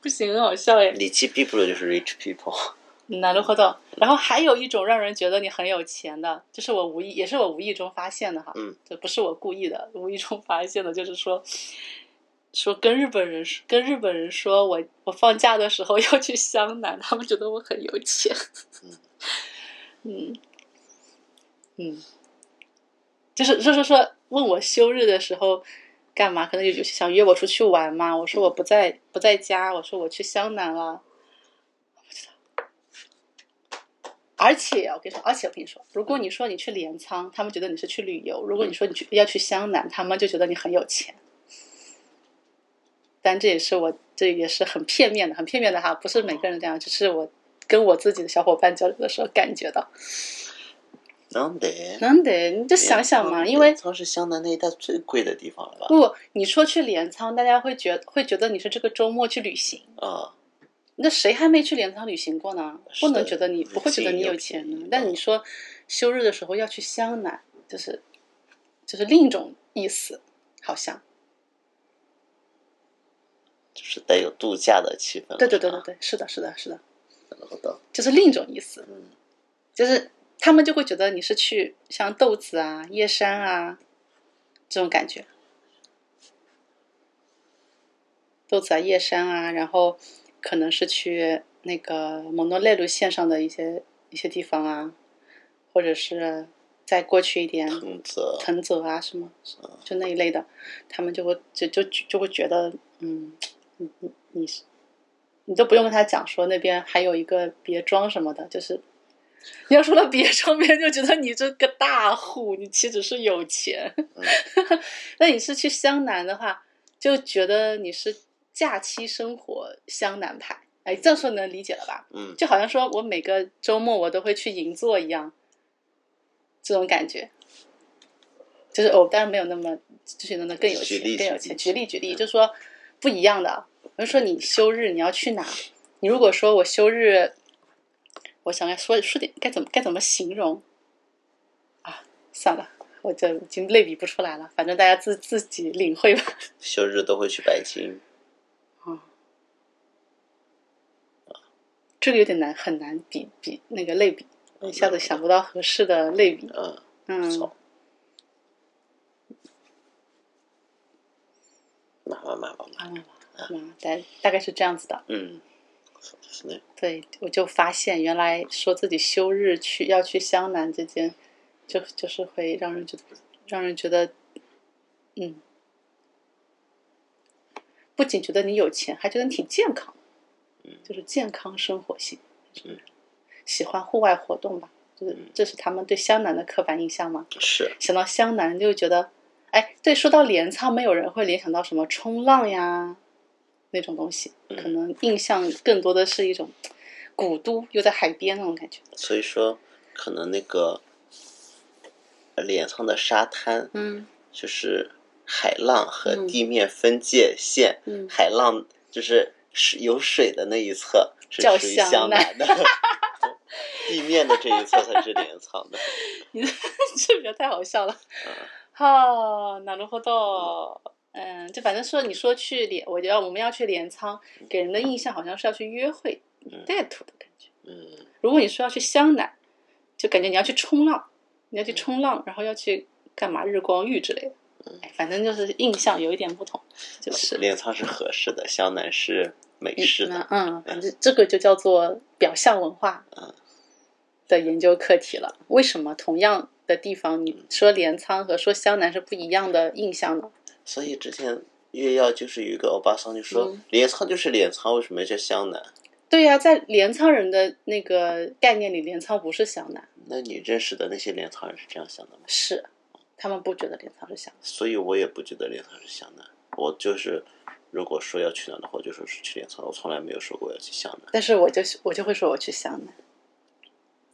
不行，很好笑哎。
离奇 people 就是 rich people。 <laughs>
なるほど。然后还有一种让人觉得你很有钱的，就是我无意，也是我无意中发现的哈，
嗯，
这不是我故意的，无意中发现的，就是说， <laughs> 说跟日本人说跟日本人说我我放假的时候要去湘南，他们觉得我很有钱， <laughs> 嗯，嗯，就是就是说问我休日的时候干嘛，可能有有些想约我出去玩嘛，我说我不在不在家，我说我去湘南了。而且我跟你说，而且我跟你说，如果你说你去镰仓，他们觉得你是去旅游；如果你说你去要去湘南，他们就觉得你很有钱。但这也是我这也是很片面的，很片面的哈，不是每个人这样，只是我跟我自己的小伙伴交流的时候感觉到。
能得。
难得你就想想
嗯
嘛，因为嗯
镰仓是湘南那一带最贵的地方了吧？
不你说去镰仓，大家会觉会觉得你是这个周末去旅行。
啊、
那谁还没去镰仓旅行过呢？
是
不
的
能觉得你不会觉得你有
旅
钱
行有便
呢
宜。
但你说休日的时候要去湘南，就是就是另一种意思，好像。
就是带有度假的气氛。
对对对对对，是的，是的，是的，
然后到
就是另一种意思，
嗯
就是他们就会觉得你是去像豆子啊、叶山啊这种感觉。豆子啊、叶山啊，然后可能是去那个蒙诺内路线上的一些一些地方啊，或者是再过去一点
藤泽
藤泽啊什么，就那一类的，他们就会就就就会觉得，嗯，你你你是你都不用跟他讲说那边还有一个别庄什么的，就是你要说到别庄，别人就觉得你这个大户，你岂止是有钱。
嗯
<laughs> 那你是去湘南的话，就觉得你是假期生活湘南派，哎，这样说能理解了吧？
嗯，
就好像说我每个周末我都会去银座一样，这种感觉。就是我、当然没有那么，就是那么更有钱
举例，
更有
举例嗯
钱。举例举例，就说不一样的啊。我就说你休日你要去哪？你如果说我休日，我想该说说点该怎么该怎么形容啊？算了，我就已经类比不出来了，反正大家自自己领会吧。
休日都会去北京。
这个有点难，很难比比那个类比，一下子想不到合适的类比。
嗯，
嗯
好，慢慢慢慢慢，
完了完了，嗯大大概是这样子的。
嗯，そうですね。
对，我就发现原来说自己休日去要去湘南这件，就就是会让人觉得，让人觉得，嗯，不仅觉得你有钱，还觉得你挺健康，就是健康生活型，
嗯
喜欢户外活动吧，就是这是他们对湘南的刻板印象嘛。
是，
想到湘南就觉得，哎，对，说到镰仓，没有人会联想到什么冲浪呀那种东西，
嗯
可能印象更多的是一种古都，又在海边那种感觉。
所以说可能那个镰仓的沙滩
嗯
就是海浪和
嗯
地面分界线。
嗯，
海浪就是水有水的那一侧是
叫
属于
湘
湘
南
南的， <laughs> 地面的这一侧才是镰仓的。
你 <laughs> 这比较太好笑了。哦，なるほど。嗯，就反正说你说去镰，我觉得我们要去镰仓，给人的印象好像是要去约会、
嗯
date 的感觉。
嗯
如果你说要去湘南，就感觉你要去冲浪，你要去冲浪，然后要去干嘛日光浴之类的
嗯。
哎，反正就是印象有一点不同，就是
镰仓是合适的，湘南是美式
嗯
的。
嗯，反正这个就叫做表象文化
嗯
的研究课题了。为什么同样的地方，你说镰仓和说湘南是不一样的印象呢？
所以之前月曜就是有一个欧巴桑就说
嗯，
镰仓就是镰仓，为什么叫湘南？
对呀、在镰仓人的那个概念里，镰仓不是湘南，
那你认识的那些镰仓人是这样想的吗？
是他们不觉得镰仓是湘南。
所以我也不觉得镰仓是湘南，我就是。如果说要去哪的话，我就说是去镰仓。我从来没有说过要去湘南。
但是我就我就会说我去湘南，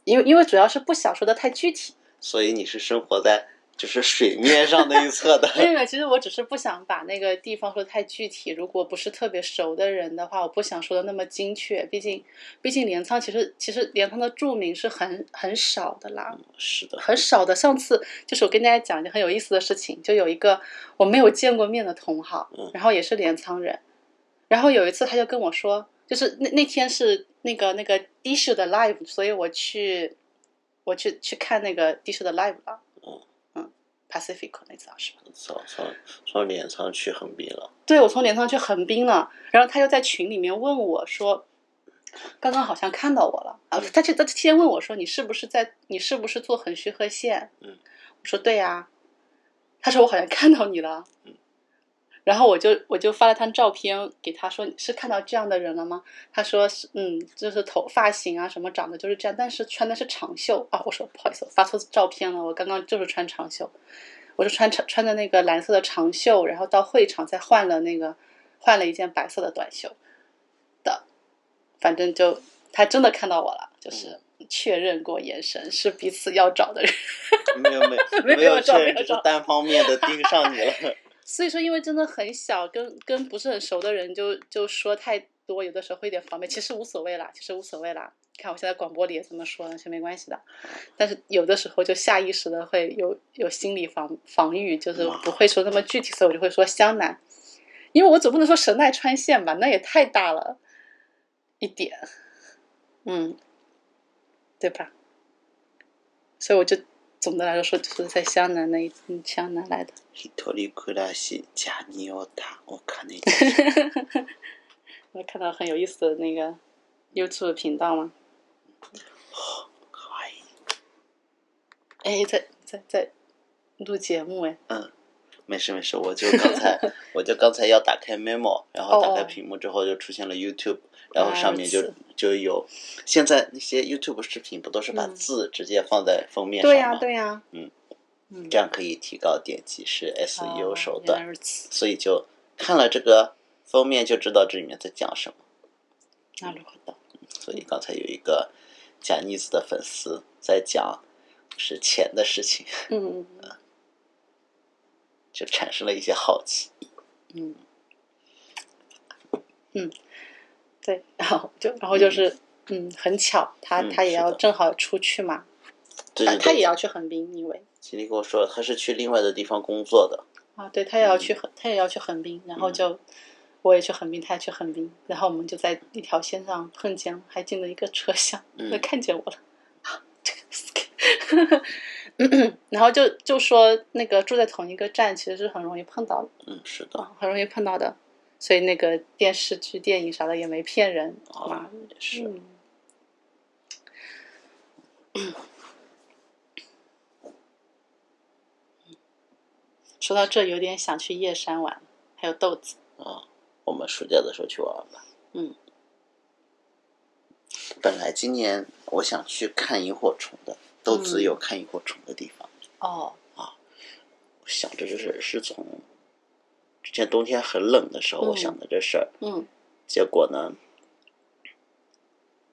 因为因为主要是不想说的太具体。
所以你是生活在就是水面上那一侧的。 <laughs>
没 <laughs> 有，没有，其实我只是不想把那个地方说得太具体。如果不是特别熟的人的话，我不想说的那么精确。毕竟，毕竟镰仓其实其实镰仓的住民是很很少的啦，
是的，
很少的。上次就是我跟大家讲一件很有意思的事情，就有一个我没有见过面的同好
嗯，
然后也是镰仓人，然后有一次他就跟我说，就是那那天是那个那个 D 市的 live，所以我去我去去看那个 D 市的 live 了。
嗯
嗯，Pacific 那次好像是吧。
从从从镰仓去横滨
<laughs>
了，
对，我从镰仓去横滨了，然后他就在群里面问我说，刚刚好像看到我了啊，他就他先问我说你是不是在你是不是做横须贺线？
嗯，
我说对呀、他说我好像看到你了，
嗯，
然后我就我就发了张照片给他说你是看到这样的人了吗？他说是嗯，就是头发型啊什么长得就是这样，但是穿的是长袖啊。我说不好意思，我发错照片了，我刚刚就是穿长袖，我是穿长穿的那个蓝色的长袖，然后到会场再换了那个换了一件白色的短袖的，反正就他真的看到我了，就是确认过眼神是彼此要找的人。
没有没
没有
没有
照
确认，
没有
就
照
是单方面的盯上你了。
所以说，因为真的很小，跟跟不是很熟的人就就说太多，有的时候会有点防备。其实无所谓啦，其实无所谓啦。看我现在广播里也这么说呢，其实没关系的。但是有的时候就下意识的会有有心理防防御，就是不会说那么具体，所以我就会说湘南，因为我总不能说神奈川县吧，那也太大了一点，嗯，对吧？所以我就总的来说，就是在湘南那一嗯湘南来的。
一人暮らしじゃにおたお金持ち
我看到很有意思的那个 YouTube 频道吗？
可爱い。
哎，在在在录节目哎，
没事没事，我就刚
<laughs>
才我就刚才要打开 memo，然后打
哦
开
哦
屏幕之后就出现了 YouTube，然后
啊
上面就
如此
就有现在那些 YouTube 视频不都是把
嗯
字直接放在封面
对呀、
上吗？
对呀、
嗯
嗯，
这样可以提高点击是 SEO
哦
手
原
段，
来如此，
所以就看了这个封面就知道这里面在讲什么。嗯
那如何的？
所以刚才有一个讲妮子的粉丝在讲就是钱的事情，
嗯嗯嗯
就产生了一些好奇。
嗯，嗯，对，然后就然后就是嗯，很巧，他
嗯
他也
是
要
的
正好出去嘛，
对
啊
对
他
对，
也要去横滨，因为
吉利跟我说他是去另外的地方工作的，
啊，对他也要去
嗯
横，他也要去横滨，然后就。我也去横滨，他也去横滨，然后我们就在一条线上碰见了，还进了一个车厢。他
嗯，
看见我了，这个 <laughs> 然后就就说那个住在同一个站，其实是很容易碰到的，
嗯，是的，
啊，很容易碰到的。所以那个电视剧、电影啥的也没骗人
哦
啊，
是，
嗯说到这，有点想去叶山玩，还有豆子。
啊，我们暑假的时候去玩玩吧，
嗯，
本来今年我想去看萤火虫的，豆子
嗯
有看萤火虫的地方，
哦，
我想着就是是从之前冬天很冷的时候，我
嗯
想的这事儿，
嗯
结果呢，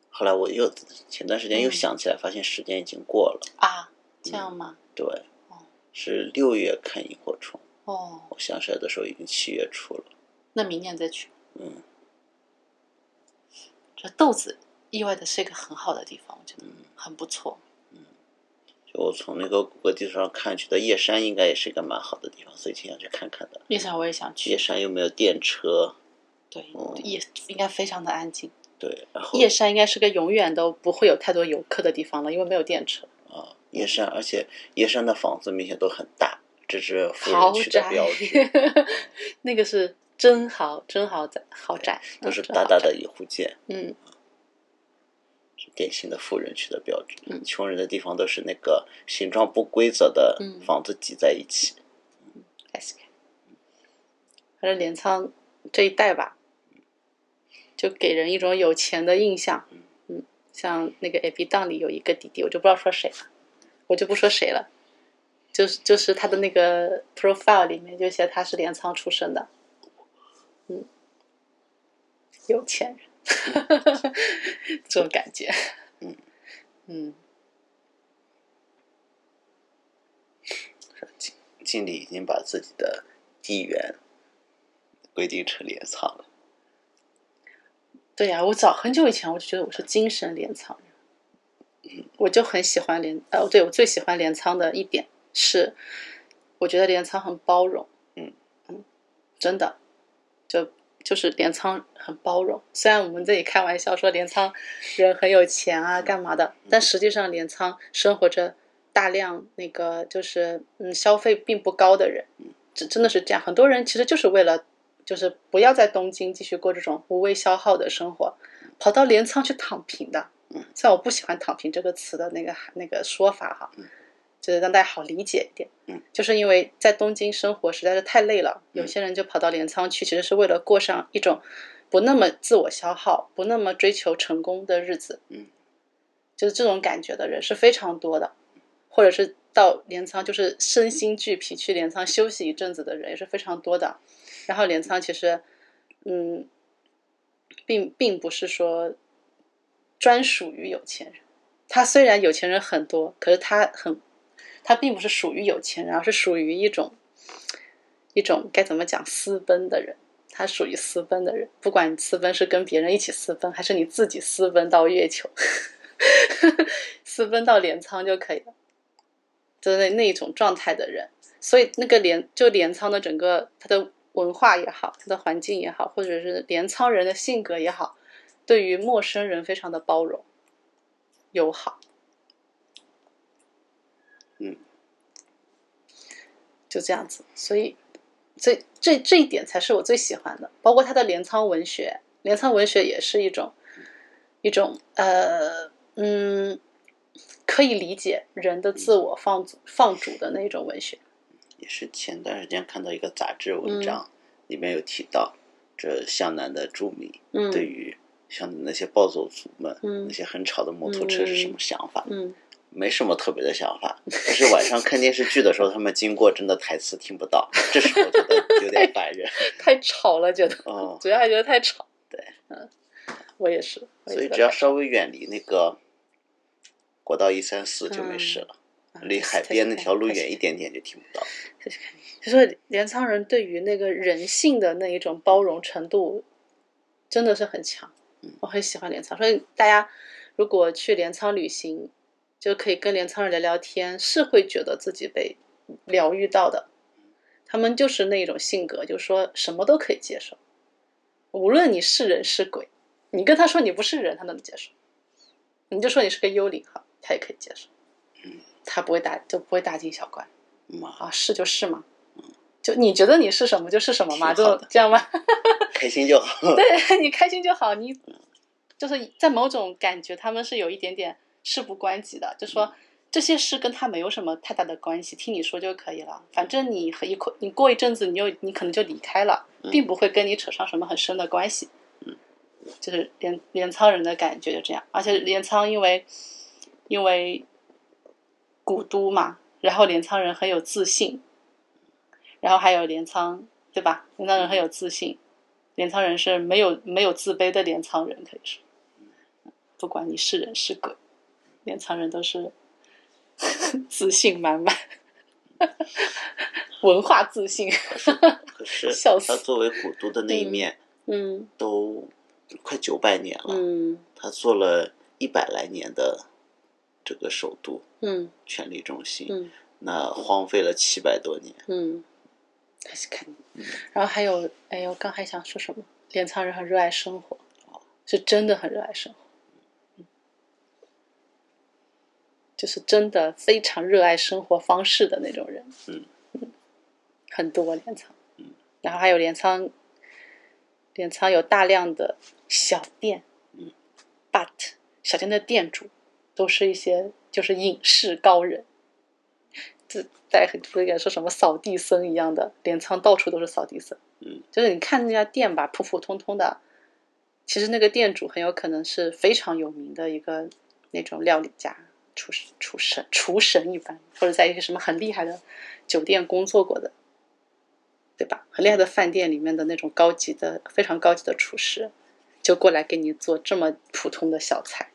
后来我又前段时间又
嗯
想起来，发现时间已经过了。
啊，这样吗？
对
哦，
是六月看萤火虫，
哦，
我想起来的时候已经七月初了。
那明年再去。
嗯，
这豆子意外的是一个很好的地方，我觉得
嗯
很不错。
就我从那个谷歌地图上看，觉得叶山应该也是一个蛮好的地方，所以挺想去看看的。
叶山我也想
叶
去，
山又没有电车，
对
哦，
也应该非常的安静。
对，然后
叶山应该是个永远都不会有太多游客的地方了，因为没有电车。
啊，叶山，而且叶山的房子明显都很大，这是富
豪
人区的
宅
标志，，
<laughs> 那个是真豪，真豪宅，豪宅
都是
嗯真
大
豪
大
宅
的一户建，
嗯，
是典型的富人区的标志。
嗯
穷人的地方都是那个形状不规则的
嗯
房子挤在一起。
S K，反正镰仓这一带吧，就给人一种有钱的印象。嗯，像那个 A B 档里有一个弟弟，我就不知道说谁了，我就不说谁了。就是就是他的那个 profile 里面就写他是镰仓出生的，嗯，有钱人， <laughs> 这种感觉，
嗯
嗯，
经理已经把自己的地缘规定成镰仓了。
对呀、我早很久以前我就觉得我是精神镰仓人，嗯我就很喜欢镰呃，对我最喜欢镰仓的一点是，我觉得镰仓很包容，
嗯
嗯真的，就就是镰仓很包容。虽然我们这里开玩笑说镰仓人很有钱啊，干嘛的，但实际上镰仓生活着大量那个就是嗯消费并不高的人，这真的是这样。很多人其实就是为了就是不要在东京继续过这种无谓消耗的生活，跑到镰仓去躺平的。
嗯，
虽然我不喜欢“躺平”这个词的那个那个说法哈
嗯，
就是让大家好理解一点。
嗯，
就是因为在东京生活实在是太累了，有些人就跑到镰仓去，其实是为了过上一种不那么自我消耗、不那么追求成功的日子。
嗯，
就是这种感觉的人是非常多的，或者是到镰仓就是身心俱疲去镰仓休息一阵子的人也是非常多的。然后镰仓其实，嗯，并并不是说专属于有钱人。他虽然有钱人很多，可是他很，他并不是属于有钱人，而是属于一种一种该怎么讲私奔的人。他属于私奔的人，不管你私奔是跟别人一起私奔，还是你自己私奔到月球， <laughs> 私奔到镰仓就可以了，就是那那一种状态的人。所以那个镰就镰仓的整个它的文化也好，它的环境也好，或者是镰仓人的性格也好，对于陌生人非常的包容、友好。
嗯，
就这样子，所以这这这一点才是我最喜欢的，包括它的镰仓文学，镰仓文学也是一种一种呃嗯。可以理解人的自我放逐放逐的那种文学，
也是前段时间看到一个杂志文
嗯
章，里面有提到，这湘南的住民
嗯，
对于像那些暴走族们、
嗯
那些很吵的摩托车是什么想法？
嗯，
没什么特别的想法，但是晚上看电视剧的时候，他们经过真的台词听不到，这时候觉得有点烦
<laughs>
人。
<laughs> 太吵了，觉得
哦，
主要还觉得太吵。
对，
嗯，我也是。我也
所以
觉
只
得
要稍微远离那个国道一三四就没事了，
啊太
离海边那条路远一。点点就听
<laughs>
不到。
就是镰仓人对于那个人性的那一种包容程度，真的是很强
嗯。
我很喜欢镰仓，所以大家如果去镰仓旅行，就可以跟镰仓人聊聊天，是会觉得自己被疗愈到的。他们就是那种性格，就说什么都可以接受，无论你是人是鬼，你跟他说你不是人，他能接受；你就说你是个幽灵哈，他也可以接受
嗯。
他不会大就不会大惊小怪。
妈，
啊，是就是嘛，嗯就你觉得你是什么就是什么嘛，
挺好
就
的
这样嘛。
开心就好。
<laughs> 对 <laughs> 你开心就好，你就是在某种感觉，他们是有一点点事不关己的，
嗯
就说这些事跟他没有什么太大的关系，听你说就可以了。反正你和一过你过一阵子，你又你可能就离开了，
嗯
并不会跟你扯上什么很深的关系。就是镰镰仓人的感觉就这样，而且镰仓因为因为古都嘛，然后镰仓人很有自信，然后还有镰仓对吧？镰仓人很有自信，镰仓人是没有没有自卑的镰仓人，可以说，不管你是人是鬼，镰仓人都是 <laughs> 自信满满， <laughs> 文化自信。 <laughs>
可是
笑
它
死
作为古都的那一
嗯
面，
嗯
都快九百年了，
嗯
它做了一百来年的这个首都
嗯
权力中心，
嗯
那荒废了七百多年。
嗯，还是看。嗯然后还有，哎呦，我刚还想说什么？镰仓人很热爱生活，
哦
是真的很热爱生活，嗯就是真的非常热爱生活方式的那种人。
嗯
很多镰仓
嗯，
然后还有镰仓，镰仓有大量的小店，
嗯
，but 小店的店主都是一些就是隐士高人，这在很多人说什么扫地僧一样的，镰仓到处都是扫地僧，
嗯，
就是你看那家店吧，普普通通的，其实那个店主很有可能是非常有名的一个那种料理家。厨师厨神、厨神一般，或者在一些什么很厉害的酒店工作过的对吧？很厉害的饭店里面的那种高级的、非常高级的厨师，就过来给你做这么普通的小菜。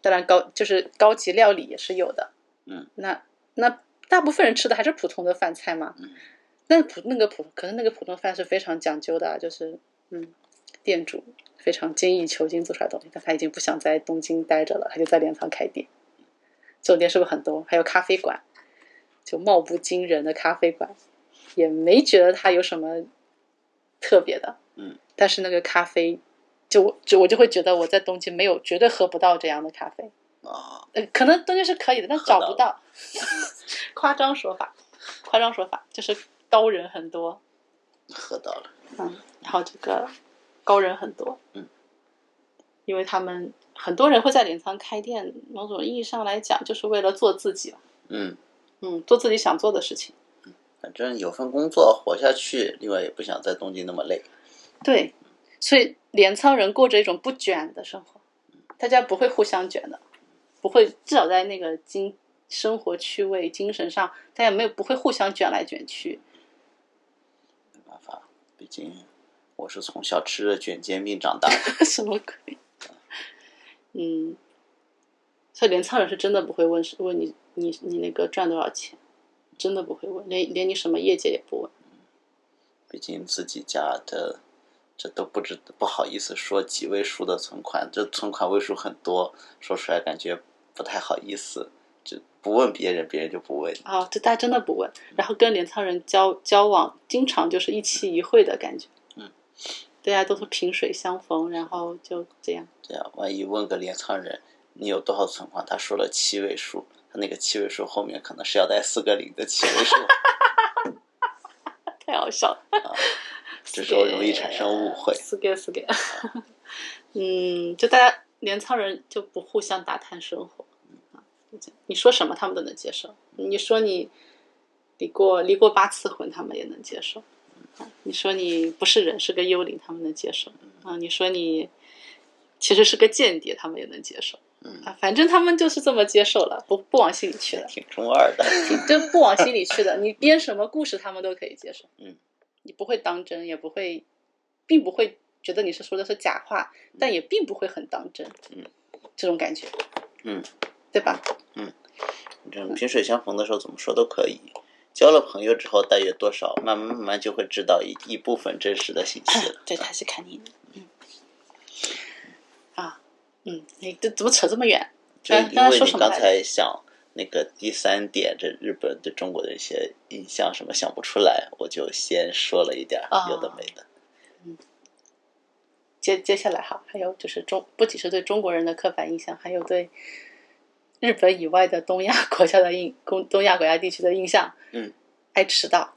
当然高，就是高级料理也是有的。
嗯，
那那大部分人吃的还是普通的饭菜嘛。
嗯，
那普那个普，可是那个普通饭是非常讲究的啊，就是嗯，店主非常精益求精做出来的东西，但他已经不想在东京待着了，他就在镰仓开店。这种店是不是很多？还有咖啡馆，就貌不惊人的咖啡馆。也没觉得它有什么特别的，
嗯，
但是那个咖啡，就就我就会觉得我在东京没有绝对喝不到这样的咖啡，
啊，
呃，可能东京是可以的，但
喝到了
找不到， <laughs> 夸张说法，夸张说法就是高人很多，
喝到了，
嗯，然后这个高人很多，
嗯，
因为他们很多人会在镰仓开店，某种意义上来讲，就是为了做自己吧，
嗯，
嗯，做自己想做的事情。
反正有份工作活下去，另外也不想在东京那么累。
对，所以镰仓人过着一种不卷的生活，大家不会互相卷的，不会至少在那个精生活趣味精神上，大家没有不会互相卷来卷去。
没办法，毕竟我是从小吃着卷煎饼长大的。
<laughs> 什么鬼？嗯，所以镰仓人是真的不会问是问你你你那个赚多少钱，真的不会问，连连你什么业界也不问。
毕竟自己家的，这都不知不好意思说几位数的存款，这存款位数很多，说出来感觉不太好意思。就不问别人，别人就不问。
啊，这大家真的不问。然后跟镰仓人交交往，经常就是一期一会的感觉。
嗯，
大家都是萍水相逢，然后就这样。
这样，万一问个镰仓人你有多少存款，他说了七位数，他那个七位数后面可能是要带四个零的七位数， <laughs>
太好笑了，
啊
<laughs>
这时候容易产生误会。
是给是给，嗯，就大家镰仓人就不互相打探生活啊就这样你说什么他们都能接受，你说你离过离过八次婚，他们也能接受。啊你说你不是人是个幽灵，他们能接受啊？你说你其实是个间谍，他们也能接受
嗯，
啊。反正他们就是这么接受了，不不往心里去了。
挺中二的。
就不往心里去的。你编什么故事，他们都可以接受。
嗯，
你不会当真，也不会，并不会觉得你是说的是假话，但也并不会很当真。
嗯，
这种感觉。
嗯，
对吧？
这种萍水相逢的时候怎么说都可以。交了朋友之后，大约多少，慢慢慢慢就会知道一一部分真实的信息了。
<clears throat> 对，他是看你的。嗯，啊，嗯，你这怎么扯这么远？
就
刚
因
刚才
为
说
你
什么
刚
来着
才想那个第三点，这日本对中国的一些印象什么想不出来，我就先说了一点儿
啊
有的没的。
接接下来哈，还有就是中，不仅是对中国人的刻板印象，还有对日本以外的东亚 <laughs> 国家的印，东东亚国家地区的印象。
嗯，
爱迟到。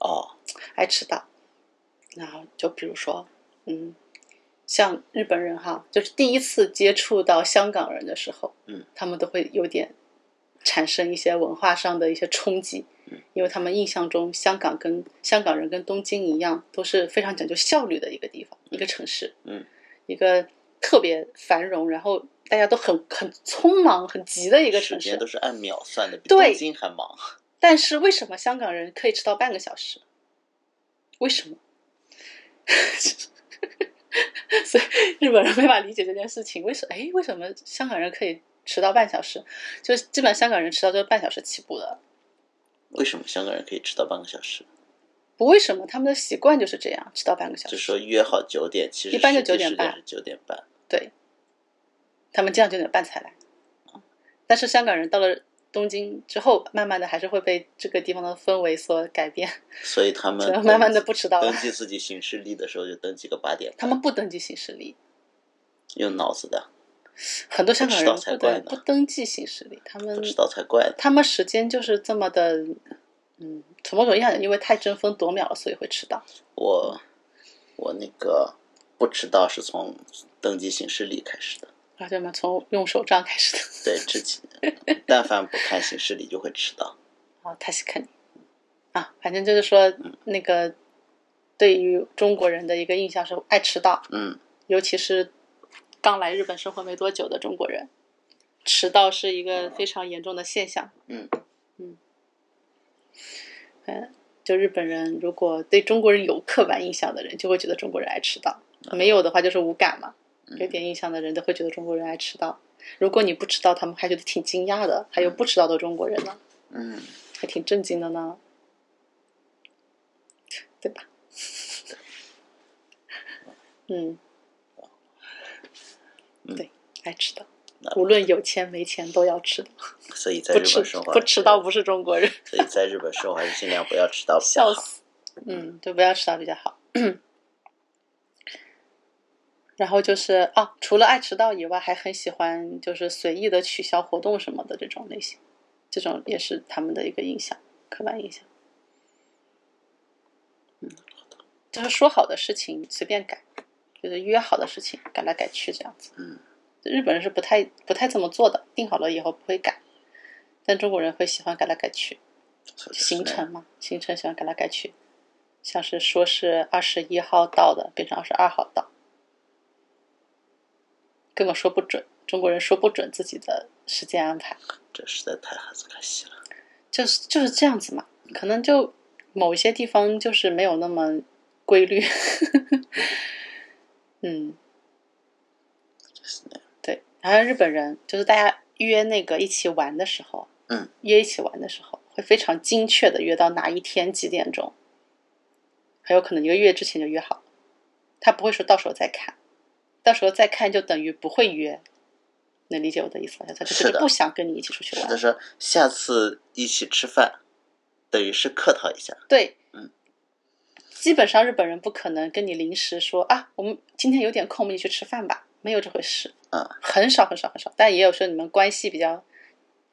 哦，
爱迟到。然后就比如说，嗯，像日本人哈，就是第一次接触到香港人的时候，
嗯，
他们都会有点产生一些文化上的一些冲击，
嗯，
因为他们印象中香港跟香港人跟东京一样，都是非常讲究效率的一个地方，一个城市，
嗯，
一个特别繁荣，然后大家都很很匆忙、很急的一个
时
城市，
间都是按秒算的，比
对
东京还忙。
但是为什么香港人可以迟到半个小时？ <laughs> 为什么？所以日本人没法理解这件事情，为什哎为什么香港人可以迟到半小时？就是基本上香港人迟到就是半小时起步的，
为什么香港人可以迟到半个小时？
不为什么他们的习惯就是这样，迟到半个小
就
时。
说约好九点，其实
一般就
实际
9:30
时间是九点半。
对，他们经常九点半才来。但是香港人到了东京之后，慢慢的还是会被这个地方的氛围所改变，
所以他
只
们
能 <laughs> 慢慢的不迟到了
登。记自己行事历的时候就登记个八点半，
他们不登记行事历，
用脑子的，
很多香港人不
不知道才怪
登
呢
不登记行事历，他
不
们
知道才怪呢。
他们时间就是这么的，嗯，从某种意义上，因为太争分夺秒了，所以会迟到。
我我那个不迟到是从登记行事历开始的，
啊，对吗？从用手账开始的。 <laughs>
对，之前但凡不看行事历就会迟到。
啊，他是肯定啊，反正就是说
嗯
那个对于中国人的一个印象是爱迟到，
嗯，
尤其是刚来日本生活没多久的中国人，迟到是一个非常严重的现象。
嗯
嗯嗯，就日本人如果对中国人有刻板印象的人，就会觉得中国人爱迟到；没有的话就是无感嘛。有点印象的人都会觉得中国人爱迟到。如果你不迟到，他们还觉得挺惊讶的，还有不迟到的中国人呢。
嗯，
还挺震惊的呢，对吧？ <laughs> 嗯，
嗯
对，爱迟到
那，
无论有钱没钱都要迟到，
所以在
不
日
迟
本生活
不迟到不是中国人，
所以在日本生活还是尽量不要迟到比较
笑
好。
死。嗯，就不要迟到比较好。然后就是啊，除了爱迟到以外，还很喜欢就是随意的取消活动什么的这种类型，这种也是他们的一个印象，刻板印象。嗯，就是说好的事情随便改，就是约好的事情改来改去这样子。
嗯，
日本人是不太不太这么做的，定好了以后不会改，但中国人会喜欢改来改去。
所以就是
行程嘛，行程喜欢改来改去，像是说是二十一号到的，变成二十二号到，根本说不准。中国人说不准自己的时间安排，
这实在太哈斯卡西了。
就是就是这样子嘛。可能就某一些地方就是没有那么规律。 <laughs> 嗯，对。然后日本人就是大家约那个一起玩的时候，
嗯，
约一起玩的时候会非常精确的约到哪一天几点钟，很有可能一个月之前就约好了，他不会说到时候再看，到时候再看就等于不会约。能理解我的意思吗？他就是
的
不想跟你一起出去
是
玩
的，，说下次一起吃饭，等于是客套一下。
对，
嗯，
基本上日本人不可能跟你临时说啊，我们今天有点空，我们一起去吃饭吧，没有这回事。
嗯，
很少很少很少，但也有时候你们关系比较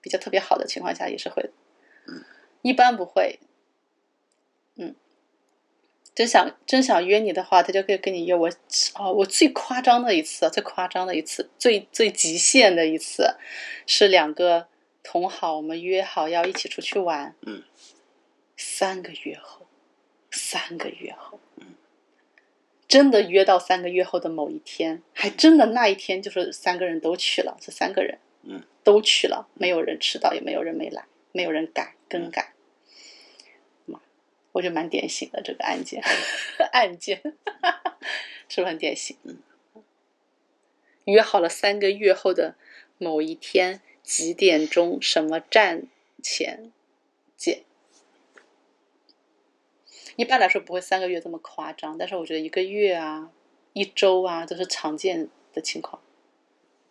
比较特别好的情况下也是会的。
嗯，
一般不会。嗯，真想真想约你的话，他就可以跟你约我。哦，我最夸张的一次，最夸张的一次，最最极限的一次，是两个同好，我们约好要一起出去玩。
嗯，
三个月后，三个月后，
嗯
真的约到三个月后的某一天，还真的那一天就是三个人都去了，这三个人，
嗯，
都去了，没有人迟到，也没有人没来，没有人改
嗯
更改。妈我觉得蛮典型的这个案件， <laughs> 案件是不是很典型？
嗯
约好了三个月后的某一天几点钟什么站前见。一般来说不会三个月这么夸张，但是我觉得一个月啊、一周啊都是常见的情况。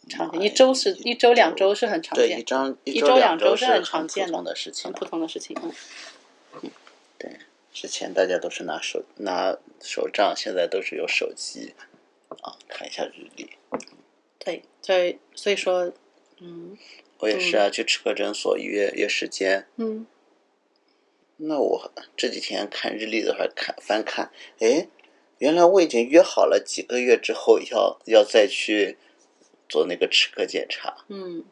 常见，一周是一周两周是很常
嗯对，一
见，
周
一
周
周两周
周
是
是
很
很
常见
普
的
通的事情
很
了
普。通的事情。嗯，
之前大家都是拿手拿手账，现在都是有手机啊，看一下日历。
对，所以所以说，嗯
我也是啊，去吃个诊所约约时间。
嗯，
那我这几天看日历的话，看翻看，哎，原来我已经约好了几个月之后要要再去做那个齿科检查，
嗯，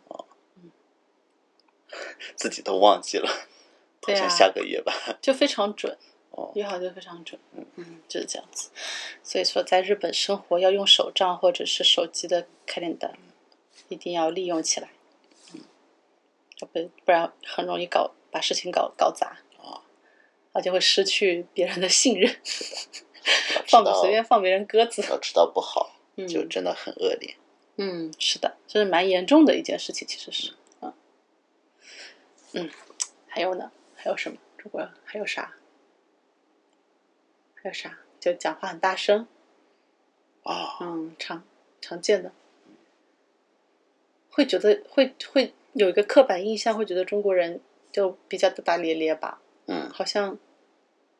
自己都忘记了，好
对啊
像下个月吧。
就非常准，
哦，
约好就非常准，嗯，就是这样子。所以说，在日本生活要用手账或者是手机的 calendar，一定要利用起来，嗯要不不然很容易搞把事情搞搞砸
啊，
而且会失去别人的信任，
老迟
放随
到
便放别人鸽子，
老迟到不好，
嗯
就真的很恶劣。
嗯，是的，这是蛮严重的一件事情，其实是啊，嗯，还有呢？还有什么？如果还有啥？还有啥？就讲话很大声，
啊、
嗯，常常见的，会觉得会会有一个刻板印象，会觉得中国人就比较大大咧咧吧，
嗯，
好像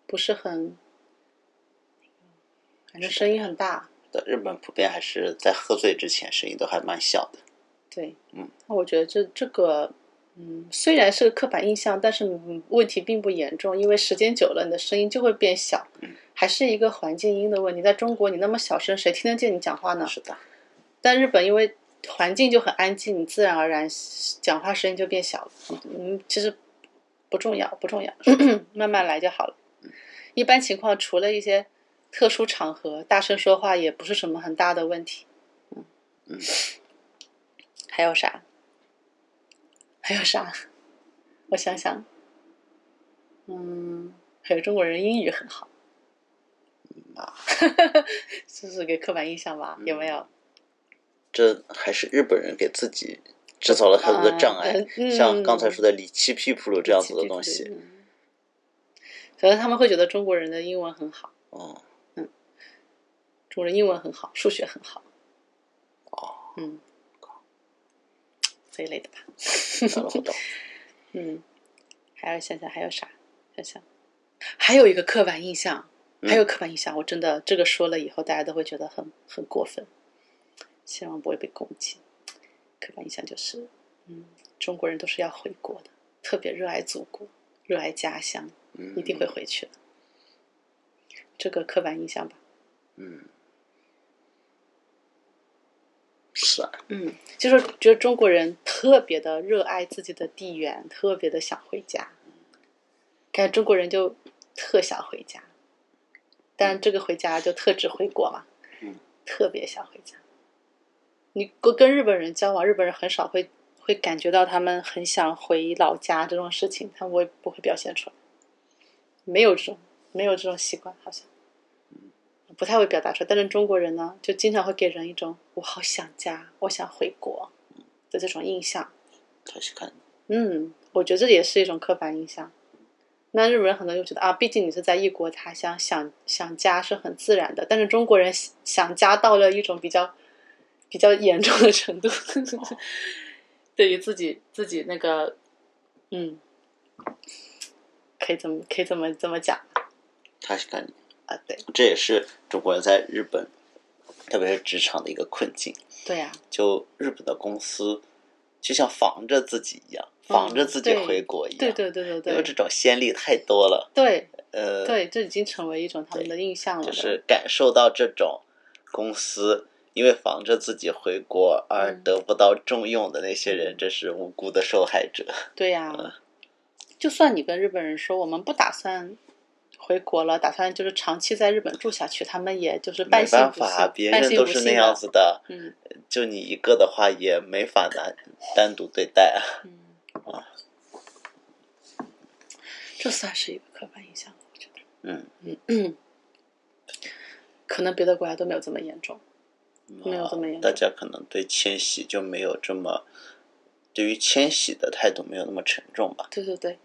不是很，反正声音很大，
对，日本普遍还是在喝醉之前声音都还蛮小的。
对，
嗯，
那我觉得这这个，嗯，虽然是个刻板印象，但是嗯问题并不严重，因为时间久了，你的声音就会变小，还是一个环境音的问题。在中国，你那么小声，谁听得见你讲话呢？
是的，
但日本因为环境就很安静，你自然而然讲话声音就变小了。嗯，其实不重要，
<laughs>
不重要， <clears throat> 慢慢来就好了。
嗯
一般情况，除了一些特殊场合，大声说话也不是什么很大的问题。
嗯，
还有啥？还有啥？我想想，嗯，还有中国人英语很好，
啊，嗯
这 <laughs> 是个刻板印象吧？有没有？
这还是日本人给自己制造了很多的障碍，
啊嗯
像刚才说的里奇皮普鲁这样子的东
对
西。。
嗯可能他们会觉得中国人的英文很好，
哦，
中国人英文很好，数学很好。哦，嗯，这一类的吧。
然后到
嗯，还有想想还有啥？想想，还有一个刻板印象，
嗯
还有刻板印象，我真的这个说了以后，大家都会觉得很很过分，希望不会被攻击。刻板印象就是，嗯，中国人都是要回国的，特别热爱祖国，热爱家乡，
嗯，
一定会回去的。这个刻板印象吧，
嗯，是啊，
嗯，就是觉得中国人特别的热爱自己的地缘，特别的想回家，感觉中国人就特想回家，但这个回家就特指回国嘛，
嗯，
特别想回家。你跟跟日本人交往，日本人很少会会感觉到他们很想回老家这种事情，他们不会不会表现出来，没有这种没有这种习惯，好像。不太会表达出来，但是中国人呢，就经常会给人一种“我好想家，我想回国”的这种印象。
他去看，
嗯，我觉得这也是一种刻板印象。那日本人很多就觉得啊，毕竟你是在异国他乡，想想家是很自然的。但是中国人想想家到了一种比较比较严重的程度， <laughs> 对于自己自己那个，嗯，可以这么可以这么这么讲
他去看，
啊？对
这也是中国人在日本，特别是职场的一个困境。
对啊呀、
就日本的公司，就像防着自己一样，防着自己
嗯对
回国一样。
对对对对
因为
对
这种先例太多了，
对。
呃，
对，这已经成为一种他们的印象了。
就是感受到这种公司因为防着自己回国而
嗯
得不到重用的那些人，真是无辜的受害者。
对呀、
嗯
就算你跟日本人说我们不打算回国了，打算就是长期在日本住下去，他们也就是半
没
信
办
不
法，
信，
别
半
人
信
都
不
是
信
那
的
样子的，
嗯
就你一个的话也没法单单独对待啊。
嗯， <laughs> 这算是一个刻板印象，我觉得
嗯，
可能别的国家都没有这么严重。没有这么严重
大家可能对迁徙就没有这么，对于迁徙的态度没有那么沉重吧。
对对对，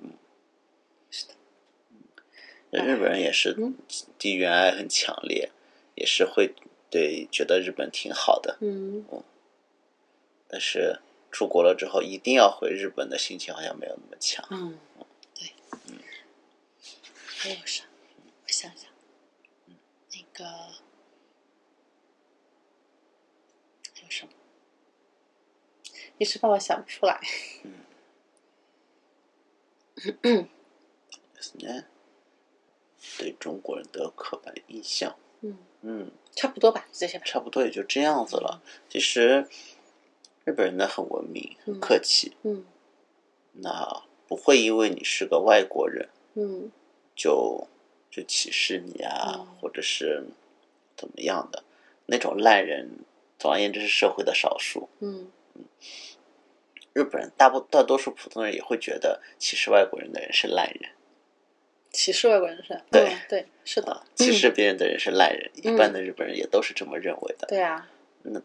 哎
日本人也是
嗯
地缘爱很强烈，也是会对觉得日本挺好的，
嗯，
但是出国了之后一定要回日本的心情好像没有那么强。
嗯，对，还有啥？我想想，那个还有什么？一时半会儿想不出来。
就是呢，对中国人的刻板印象，
嗯，
嗯，
差不多吧，这些吧。
差不多也就这样子了。其实日本人呢很文明、很
嗯
客气，
嗯
那不会因为你是个外国人
嗯
就就歧视你啊，
嗯
或者是怎么样的那种烂人。总而言之，是社会的少数。
嗯
日本人大部大多数普通人也会觉得歧视外国人的人是烂人，
歧视外国人是吧？
对
嗯对，是的，
啊
嗯
歧视别人的人是烂人。一般的日本人也都是这么认为的。
对啊，
嗯，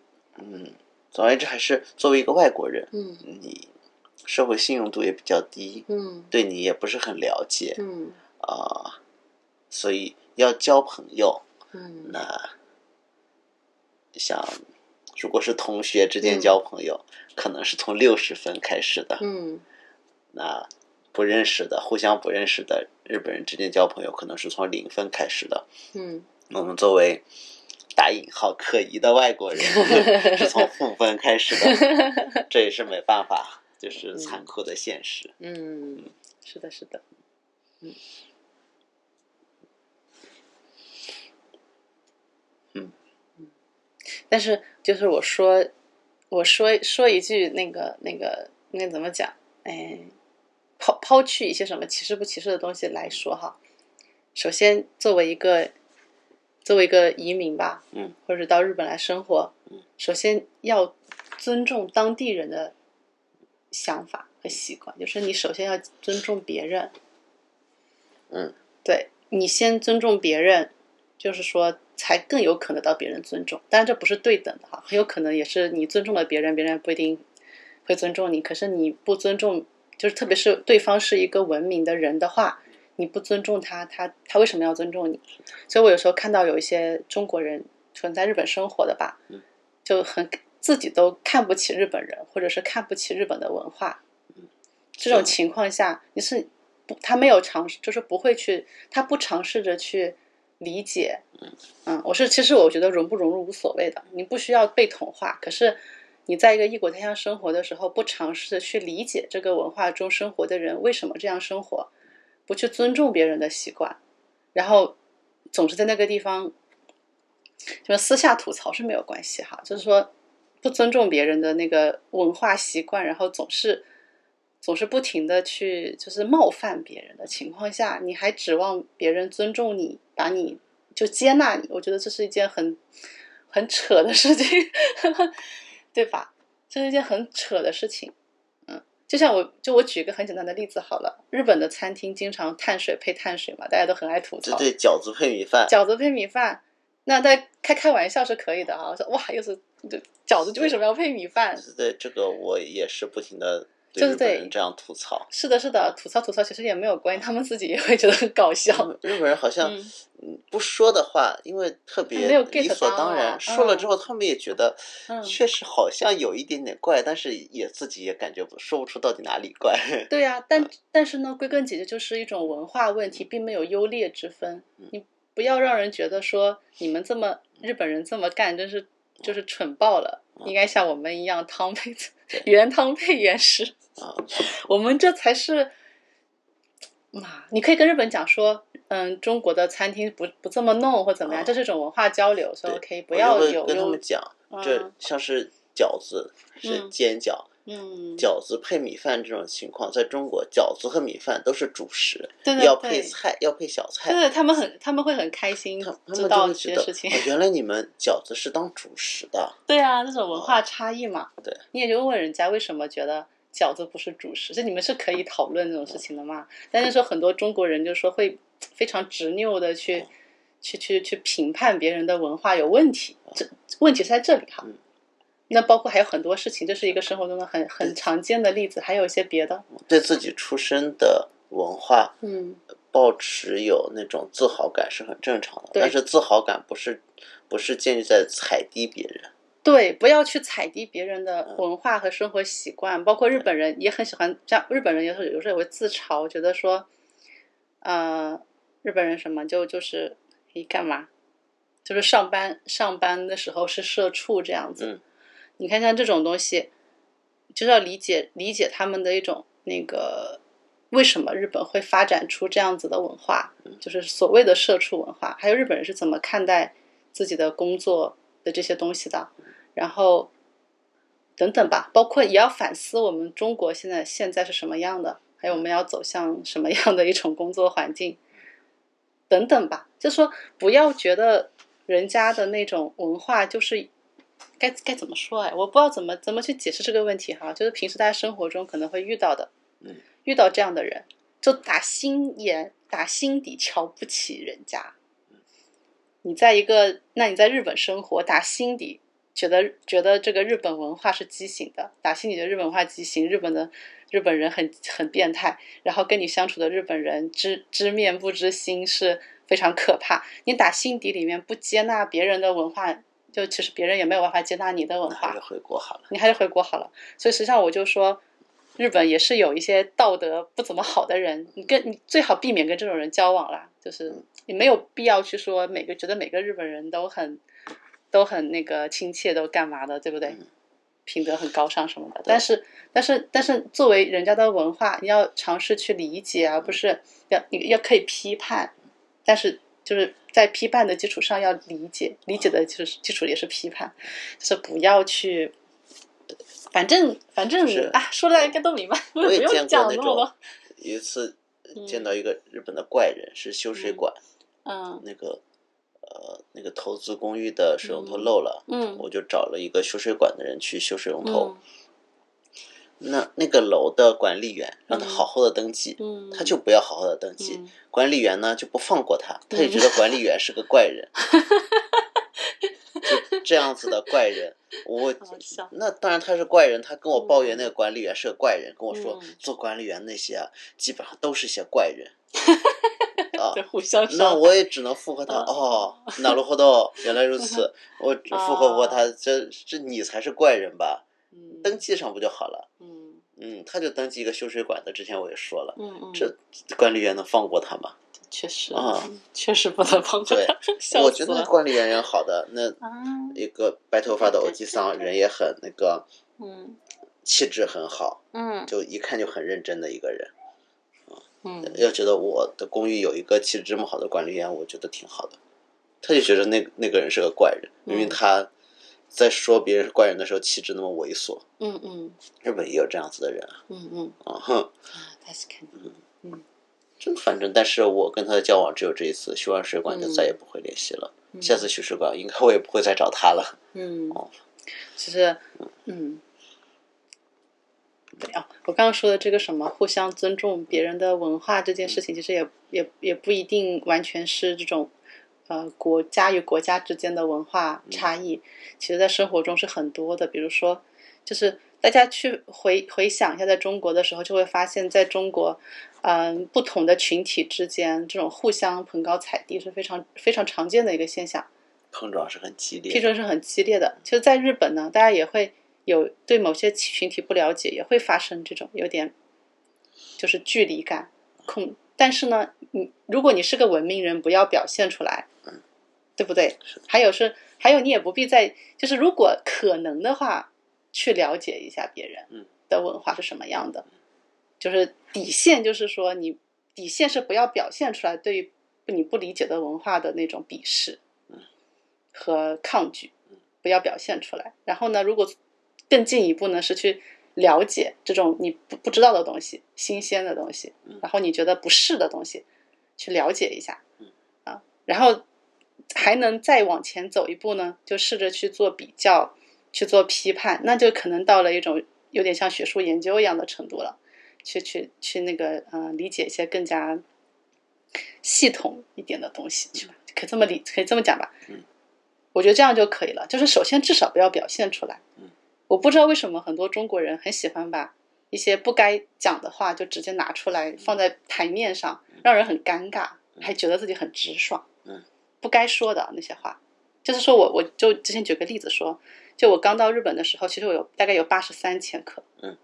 总而言之，还是作为一个外国人，
嗯
你社会信用度也比较低，
嗯
对你也不是很了解
嗯
啊、所以要交朋友，
嗯
那像如果是同学之间交朋友，可能是从六十分开始的，
嗯
那不认识的，互相不认识的日本人之间交朋友，可能是从零分开始的。
嗯
我们作为打引号可疑的外国
<laughs>
人，是从负分开始的，这也是没办法，就是残酷的现实。
嗯，是的，是的，嗯
嗯
嗯，但是就是我说，我说说一句那个那个那怎么讲？哎，抛抛去一些什么歧视不歧视的东西来说哈，首先作为一个作为一个移民吧，
嗯，
或者到日本来生活，
嗯，
首先要尊重当地人的想法和习惯，就是你首先要尊重别人。
嗯，
对你先尊重别人，就是说才更有可能得到别人尊重。当然这不是对等的哈，很有可能也是你尊重了别人，别人不一定会尊重你。可是你不尊重，就是特别是对方是一个文明的人的话，你不尊重他，他他为什么要尊重你？所以我有时候看到有一些中国人可能在日本生活的吧
嗯，
就很自己都看不起日本人，或者是看不起日本的文化。这种
嗯是
情况下，你是不他没有尝试，就是不会去，他不尝试着去理解。嗯，我是其实我觉得融不融入无所谓的，你不需要被同化。可是你在一个异国他乡生活的时候，不尝试着去理解这个文化中生活的人为什么这样生活，不去尊重别人的习惯，然后总是在那个地方，就是私下吐槽是没有关系哈，就是说不尊重别人的那个文化习惯，然后总是总是不停的去就是冒犯别人的情况下，你还指望别人尊重你，把你就接纳你，我觉得这是一件很很扯的事情， <laughs> 对吧？这是一件很扯的事情。嗯，就像我就我举一个很简单的例子好了，日本的餐厅经常碳水配碳水嘛，大家都很爱吐
这
槽。
对饺子配米饭，
饺子配米饭，那在开开玩笑是可以的啊。我说哇，又是对饺子为什么要配米饭？
对这个我也是不停的对
就是
日本
对
人这样吐槽。
是的，是的，吐槽吐槽其实也没有关系，他们自己也会觉得很搞笑。
嗯日本人好像
嗯
嗯不说的话，因为特别
没有 get
理所当
到
然，
嗯
说了之后他们也觉得
嗯，
确实好像有一点点怪，但是也自己也感觉不说不出到底哪里怪。 <laughs>
对呀、但但是呢，归根结底就是一种文化问题，并没有优劣之分。你不要让人觉得说你们这么日本人这么干，真是就是蠢爆了，应该像我们一样汤配 <laughs> 原汤配原食。
啊，
我们这才是，嘛，你可以跟日本讲说，嗯，中国的餐厅不不这么弄或怎么样，
啊
这是一种文化交流，说
对
OK，不
我
要
就会
有
跟他
有
们，讲，这
嗯
像是饺子是
嗯
煎饺，
嗯，
饺子配米饭这种情况，在中国饺子和米饭都是主食，
对对
要
对
配菜，要配小菜。
对，他们很他们会很开心
他他们
知
就
道
会
这
觉
些
得，
事情，
哦原来你们饺子是当主食的，
对啊，这种文化差异嘛，
对，
你也就问问人家为什么觉得。饺子不是主食，这你们是可以讨论这种事情的嘛？但是说很多中国人就说会非常执拗的去、去、去、去评判别人的文化有问题，这问题是在这里哈。
嗯
那包括还有很多事情，这是一个生活中的很很常见的例子，还有一些别的。
对自己出身的文化
嗯，
保持有那种自豪感是很正常的，
对
但是自豪感不是不是建立在踩低别人，
对，不要去踩低别人的文化和生活习惯，包括日本人也很喜欢，像日本人有时候有时候也会自嘲，觉得说，呃，日本人什么就就是你干嘛，就是上班上班的时候是社畜这样子。
嗯
你看像这种东西，就是要理解理解他们的一种那个为什么日本会发展出这样子的文化，就是所谓的社畜文化，还有日本人是怎么看待自己的工作的这些东西的。然后等等吧，包括也要反思我们中国现在现在是什么样的，还有我们要走向什么样的一种工作环境，等等吧。就说不要觉得人家的那种文化就是该该怎么说哎，我不知道怎么怎么去解释这个问题哈，就是平时大家生活中可能会遇到的，
嗯
遇到这样的人，就打心眼打心底瞧不起人家。你在一个，那你在日本生活，打心底觉得觉得这个日本文化是畸形的，打心里的日本文化畸形，日本的日本人很很变态，然后跟你相处的日本人知知面不知心是非常可怕。你打心底里面不接纳别人的文化，就其实别人也没有办法接纳你的文
那还是
化，
回国好了。
你还是回国好了。所以实际上我就说，日本也是有一些道德不怎么好的人，你跟你最好避免跟这种人交往啦。就是你没有必要去说每个觉得每个日本人都很都很那个亲切，都干嘛的，对不对？品德很高尚什么的，但是但是但是作为人家的文化，你要尝试去理解，啊而不是要你要可以批判，但是就是在批判的基础上要理解，理解的就是基础也是批判，就是不要去。反正反正
是
啊，说了应该都明白，不
我也
用
见过
讲
那
那么
种
多。，
有一次
嗯
见到一个日本的怪人，是修水管、
嗯
那个，呃，那个投资公寓的水龙头
嗯
漏了，
嗯
我就找了一个修水管的人去修水龙头。
嗯
那那个楼的管理员让他
嗯
好好的登记，
嗯，
他就不要好好的登记。
嗯
管理员呢就不放过他，他就
嗯
觉得管理员是个怪
<laughs>
人，就这样子的怪人。我
好笑
那当然他是怪人，他跟我抱怨
嗯
那个管理员是个怪人，跟我说
嗯
做管理员那些啊，基本上都是一些怪人。啊
对，互相
那
伤
我也只能附和他
嗯
哦，哪路活动，原来如
<laughs>
此，我只附和不过
哦
他，这这你才是怪人吧？
嗯
登记上不就好了？
嗯
嗯，他就登记一个修水管的，之前我也说了，
嗯嗯，
这管理员能放过他吗？
确实
啊
确实不能帮助
对
他，笑
我
死
觉得
了
管理员人好的，那
啊，
一个白头发的欧吉桑，人也很那个，
嗯
气质很好，
嗯
就一看就很认真的一个人。
嗯，
要觉得我的公寓有一个气质这么好的管理员，我觉得挺好的。他就觉得那那个人是个怪人，
嗯
明明他在说别人是怪人的时候气质那么猥琐。
嗯嗯
日本也有这样子的人啊，
嗯嗯
啊哼，
啊，確かに。
这反正，但是我跟他的交往只有这一次，修完水管就再也不会联系了。
嗯
下次修水管，应该我也不会再找他了。
嗯
哦，
其实嗯，对啊，我刚刚说的这个什么互相尊重别人的文化这件事情，其实也也也不一定完全是这种。呃，国家与国家之间的文化差异，其实，在生活中是很多的。比如说，就是大家去回回想一下，在中国的时候，就会发现，在中国，嗯、不同的群体之间，这种互相捧高踩低是非常非常常见的一个现象。
碰撞是很激烈
批
的，
准是很激烈的。就是在日本呢，大家也会有对某些群体不了解，也会发生这种有点就是距离感恐。但是呢，你如果你是个文明人，不要表现出来，对不对
是？
还有是，还有你也不必在，就是如果可能的话，去了解一下别
嗯
人的文化是什么样的，就是底线，就是说你底线是不要表现出来对于你不理解的文化的那种鄙视和抗拒，
嗯
不要表现出来。然后呢，如果更进一步呢，是去了解这种你不不知道的东西、新鲜的东西
嗯，
然后你觉得不适的东西，去了解一下
嗯，
啊，然后还能再往前走一步呢，就试着去做比较，去做批判，那就可能到了一种有点像学术研究一样的程度了。去去去那个呃，理解一些更加系统一点的东西
嗯
去吧，可以这么理，可以这么讲吧。我觉得这样就可以了。就是首先至少不要表现出来。
嗯，
我不知道为什么很多中国人很喜欢把一些不该讲的话就直接拿出来放在台面上，让人很尴尬，还觉得自己很直爽。
嗯，
不该说的那些话，就是说我我就之前举个例子说，就我刚到日本的时候，其实我有大概有八十三千克。
嗯，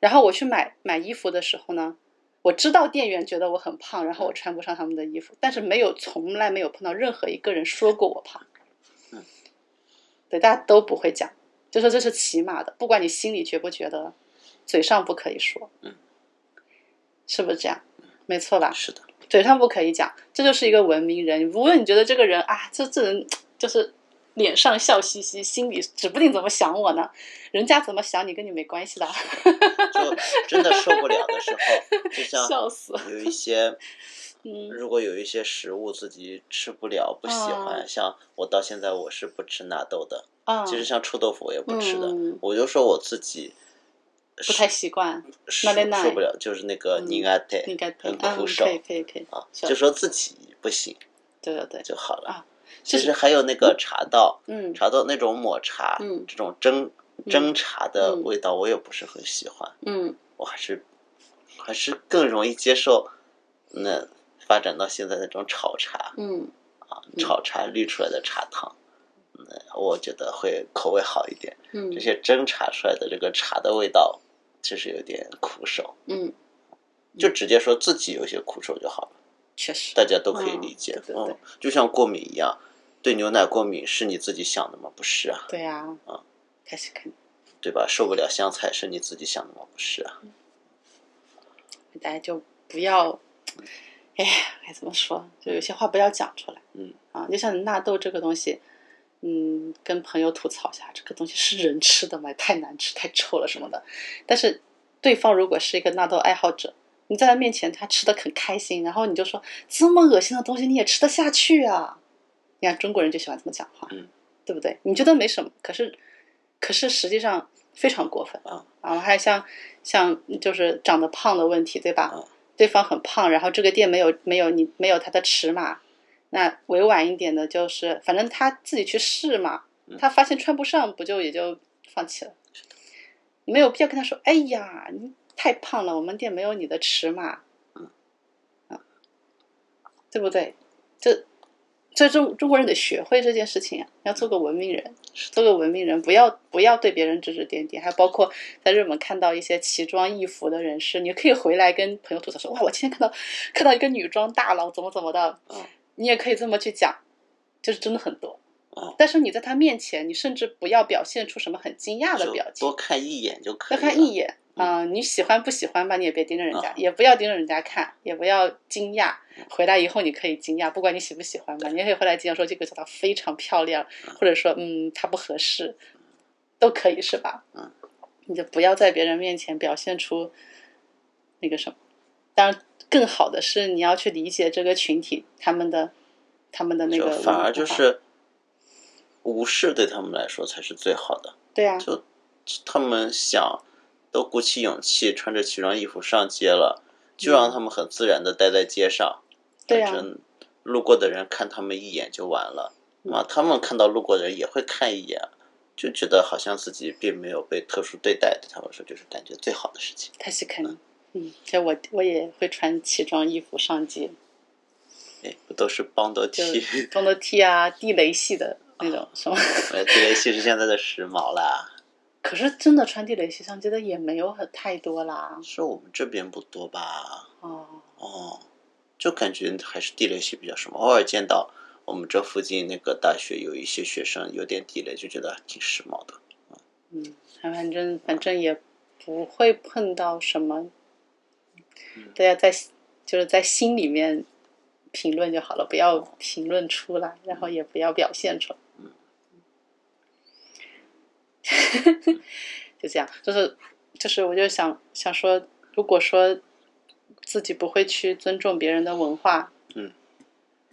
然后我去买买衣服的时候呢。我知道店员觉得我很胖，然后我
嗯
穿不上他们的衣服，但是没有从来没有碰到任何一个人说过我胖。
嗯
对，大家都不会讲，就说这是起码的，不管你心里觉不觉得，嘴上不可以说，
嗯，
是不是这样？没错吧？
是的，
嘴上不可以讲，这就是一个文明人。无论你觉得这个人啊，这这人就是脸上笑嘻嘻，心里指不定怎么想我呢，人家怎么想你跟你没关系的，
就真的受不了的时候，就像
<laughs> 笑死，
有一些
<laughs> 嗯
如果有一些食物自己吃不了、不喜欢，
嗯
像我到现在我是不吃纳豆的，
啊，
其实像臭豆腐我也不吃的，
嗯
我就说我自己
不太习惯，
受
那得耐
受不了，就是那个
嗯
尼嘎泰
应该
很
嗯，
苦手
可以可以可以，
啊，
是
就说自己不行
对对对，
就好了。
啊
其实还有那个茶道，
嗯
茶道那种抹茶，
嗯
这种蒸蒸茶的
嗯
味道，我也不是很喜欢，
嗯
我还是还是更容易接受那发展到现在那种炒茶，
嗯嗯
炒茶滤出来的茶汤，嗯，我觉得会口味好一点。这
嗯
些蒸茶出来的这个茶的味道，其实有点苦手，
嗯，
就直接说自己有些苦手就好了。
确实，
大家都可以理解。
嗯对对对
嗯，就像过敏一样，对牛奶过敏是你自己想的吗？不是啊，
对啊
啊，
开始看，
对吧？受不了香菜是你自己想的吗？不是啊。
大家就不要，哎，该怎么说？就有些话不要讲出来。
嗯
啊，就像纳豆这个东西，嗯，跟朋友吐槽一下，这个东西是人吃的吗？太难吃，太臭了什么的。但是对方如果是一个纳豆爱好者，你在他面前他吃的很开心，然后你就说这么恶心的东西你也吃得下去啊？你看中国人就喜欢这么讲话，
嗯
对不对？你觉得没什么，可是可是实际上非常过分
啊！
啊，还有像像就是长得胖的问题，对吧？
啊
对方很胖，然后这个店没有没有你没有他的尺码，那委婉一点的就是，反正他自己去试嘛
嗯，
他发现穿不上，不就也就放弃了。没有必要跟他说，哎呀，你太胖了，我们店没有你的尺码，
嗯
啊，对不对？这这中中国人得学会这件事情啊，要做个文明人，做个文明人，不要不要对别人指指点点，还包括在日本看到一些奇装异服的人士，你可以回来跟朋友吐槽说，哇，我今天看到看到一个女装大佬怎么怎么的，
嗯
你也可以这么去讲，就是真的很多。
嗯
但是你在他面前，你甚至不要表现出什么很惊讶的
就
表情，
多看一眼就可以
多
了。嗯
看一眼啊、你喜欢不喜欢吧，你也别盯着人家，也不要盯着人家看，也不要惊讶。回来以后你可以惊讶，不管你喜不喜欢吧，你也可以回来惊讶说这个小桃非常漂亮，或者说嗯她不合适，都可以是吧？
嗯，
你就不要在别人面前表现出那个什么。当然，更好的是你要去理解这个群体他们的他们的那
就
个
反而就
文化
是无视对他们来说才是最好的。
对啊，
就他们想都鼓起勇气穿着奇装异服上街了，就让他们很自然的待在街上。
嗯对啊
反正路过的人看他们一眼就完了，
嗯
啊，他们看到路过的人也会看一眼，就觉得好像自己并没有被特殊对待，对他们来说就是感觉最好的事情。
他是肯定。嗯，这我我也会穿奇装异服上街，
哎，不都是邦德
就
梯？ <laughs>
中的 T 啊、地雷系的那种什么。
哎地雷系是现在的时髦啦，
<laughs> 可是真的穿地雷系上街的也没有很太多啦。
是我们这边不多吧？
哦，
哦，就感觉还是地雷系比较什么，偶尔见到我们这附近那个大学有一些学生有点地雷，就觉得挺时髦的。
嗯，反正反正也不会碰到什么
嗯，
大家在就是在心里面评论就好了，不要评论出来，然后也不要表现出来。
嗯
<laughs> 就这样，就是就是，我就想想说，如果说自己不会去尊重别人的文化，
嗯，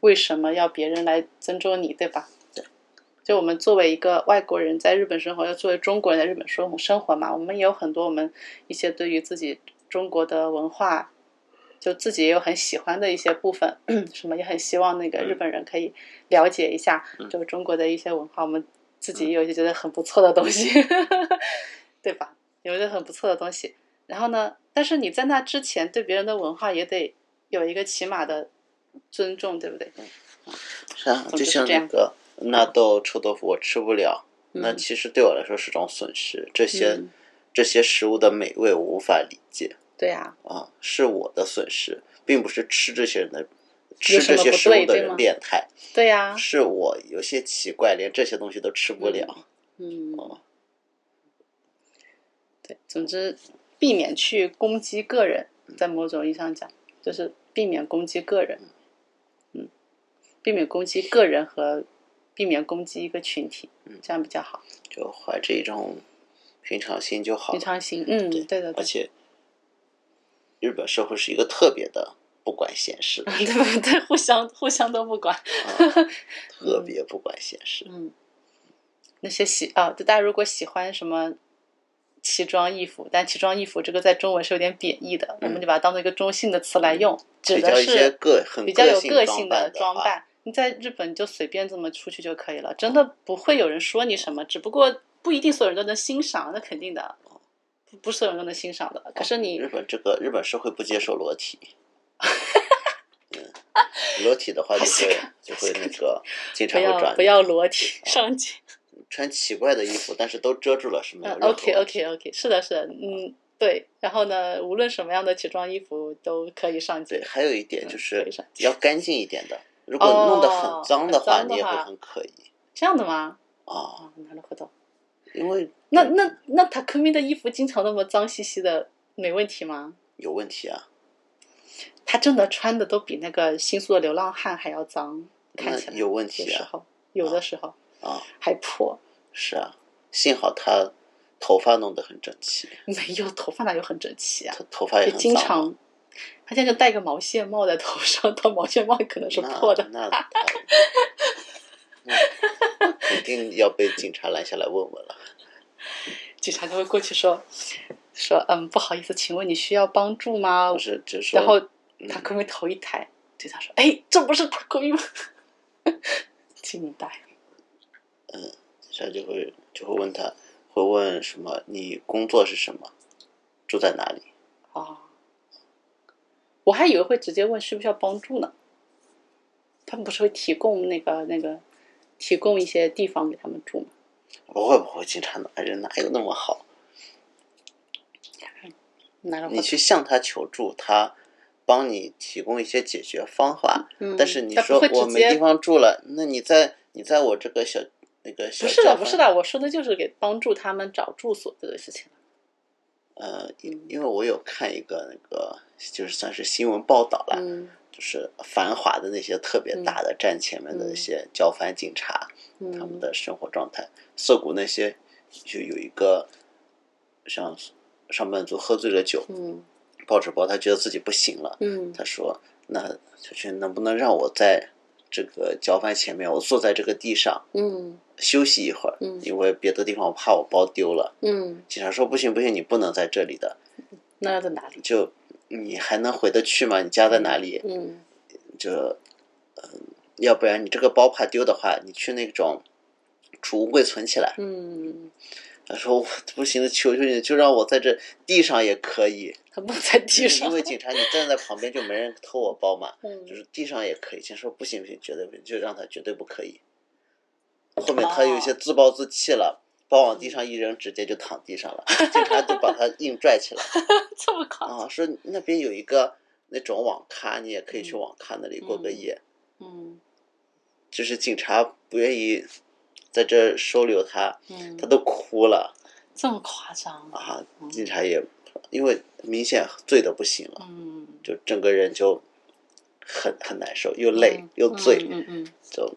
为什么要别人来尊重你，对吧？
对。
就我们作为一个外国人在日本生活，又作为中国人在日本生生活嘛，我们也有很多我们一些对于自己中国的文化，就自己也有很喜欢的一些部分， <clears throat> 什么也很希望那个日本人可以了解一下，
嗯
就是中国的一些文化，我们自己也有一些觉得很不错的东西， <laughs> 对吧？有一些很不错的东西。然后呢，但是你在那之前对别人的文化也得有一个起码的尊重，对不对？
是啊，
总之
就是像
这
那
样
个纳豆、臭豆腐，我吃不了，那
嗯
其实对我来说是种损失。这些、
嗯
这些食物的美味我无法理解
对呀、
啊，是我的损失，并不是吃这些人的
有
吃
什
这
么
些
不
食物
对
的
对
人
吗
变态，
对呀、
是我有些奇怪，连这些东西都吃不了。
嗯
哦，
对，总之避免去攻击个人，
嗯
在某种意义上讲，就是避免攻击个人，嗯，避免攻击个人和避免攻击一个群体
嗯，
这样比较好，
就怀着一种平常心就好
平
了。
常心，嗯，对的，
而
对，，
且日本社会是一个特别的不管闲事
<laughs> 对吧？对，互相互相都不管，
啊、特别不管闲事。
嗯，那些喜啊，就大家如果喜欢什么奇装异服，但奇装异服这个在中文是有点贬义的，我们就把它当做一个中性的词来用，指
嗯比较
的
一些
是
个很
比较有
个装
性
扮
的装
话，
扮，你在日本就随便这么出去就可以了，真的不会有人说你什么，只不过不一定所有人都能欣赏，那肯定的，不不是所有人都能欣赏的。可是你
日本这个日本社会不接受裸
<laughs>
体，嗯，裸体的话就会就会那
<laughs>
个经
不
常会
要
转啊
不要裸体上街。
穿奇怪的衣服，但是都遮住了是没有
嗯
任何问题
，OK OK OK，是的，是的，嗯，对。然后呢，无论什么样的奇装异服都可以上
对，
街。
还有一点就
嗯可
是
以上去
要干净一点的，如果弄得
哦
很脏的话，
很脏的
你也会
话
很可疑
这样的吗？
啊、
啊，なるほど。
因为
那那那塔克米的衣服经常那么脏兮兮的，没问题吗？
有问题啊。
他真的穿的都比那个新宿的流浪汉还要脏，看起来
那有问题
有时
啊
候有的时候
啊，
还破，
是啊，幸好他头发弄得很整齐，
没有头发哪有很整齐啊？
他头发也
就
很
经
脏啊
常，他现在就戴个毛线帽在头上， <laughs> 他毛线帽可能是破的。
那那那那肯定要被警察拦下来问问了。
警察就会过去说说，嗯，不好意思，请问你需要帮助吗
不？是，只是说
然后
嗯
塔克米头一抬，对他说，哎，这不是塔克米吗？ <laughs> 惊呆。
他就会就会问他，会问什么？你工作是什么？住在哪里？
哦，我还以为会直接问需不需要帮助呢。他们不是会提供那个那个，提供一些地方给他们住吗？
不会不会，警察哪人哪有那么好？
拿了
你去向他求助，他帮你提供一些解决方法。
嗯
但是你
他
说
不会
我
直
没
接
地方住了，那你在你在我这个小那个小
不是的，
家
不
房
是的，我说的就是给帮助他们找住所这个事情。
呃，因因为我有看一个那个就是算是新闻报道了，
嗯
就是繁华的那些特别大的站前面的那些交番警察，他们
嗯，
的生活状态。涩谷那些就有一个上上班族喝醉了酒，
嗯
抱着包，他觉得自己不行了，
嗯
他说：“那小群能不能让我在这个交番前面，我坐在这个地上
嗯
休息一会儿？
嗯
因为别的地方我怕我包丢了。”
嗯，
警察说：“不行不行，你不能在这里的，
那要在哪里？
就你还能回得去吗？你家在哪里？”
嗯
就，嗯，要不然你这个包怕丢的话，你去那种储物柜存起来。
嗯，
他说我不行，求求你，就让我在这地上也可以，
他不在地上
因。为警察你站在旁边就没人偷我包嘛，
嗯
就是地上也可以。警察说不行不行，绝对不行，就让他绝对不可以。后面他有一些自暴自弃了。包往地上一扔，直接就躺地上了。警察就把他硬拽起来
这么夸张。
啊，说那边有一个那种网咖，你也可以去
嗯
网咖那里过个
嗯
夜。
嗯
就是警察不愿意在这收留他，
嗯
他，都哭了
这么夸张。
啊！
嗯
警察也因为明显醉的不行了，
嗯，
就整个人就很很难受，又累又醉，
嗯嗯嗯。
就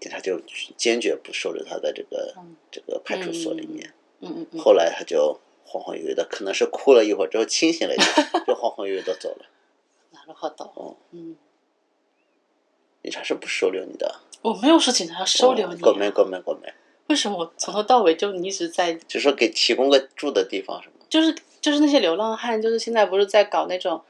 警察就坚决不收留他在这个
嗯
这个派出所里面。
嗯嗯嗯，
后来他就晃晃悠悠的，可能是哭了一会儿之后清醒了一下，就晃晃悠悠的走了。
なるほど
哦。
嗯，
警察是不收留你的，
我没有说警察要收留你
够哦没
啊，
够没够没，
为什么我从头到尾就你一直在，
就说给提供个住的地方什么。
就是就是那些流浪汉，就是现在不是在搞那种。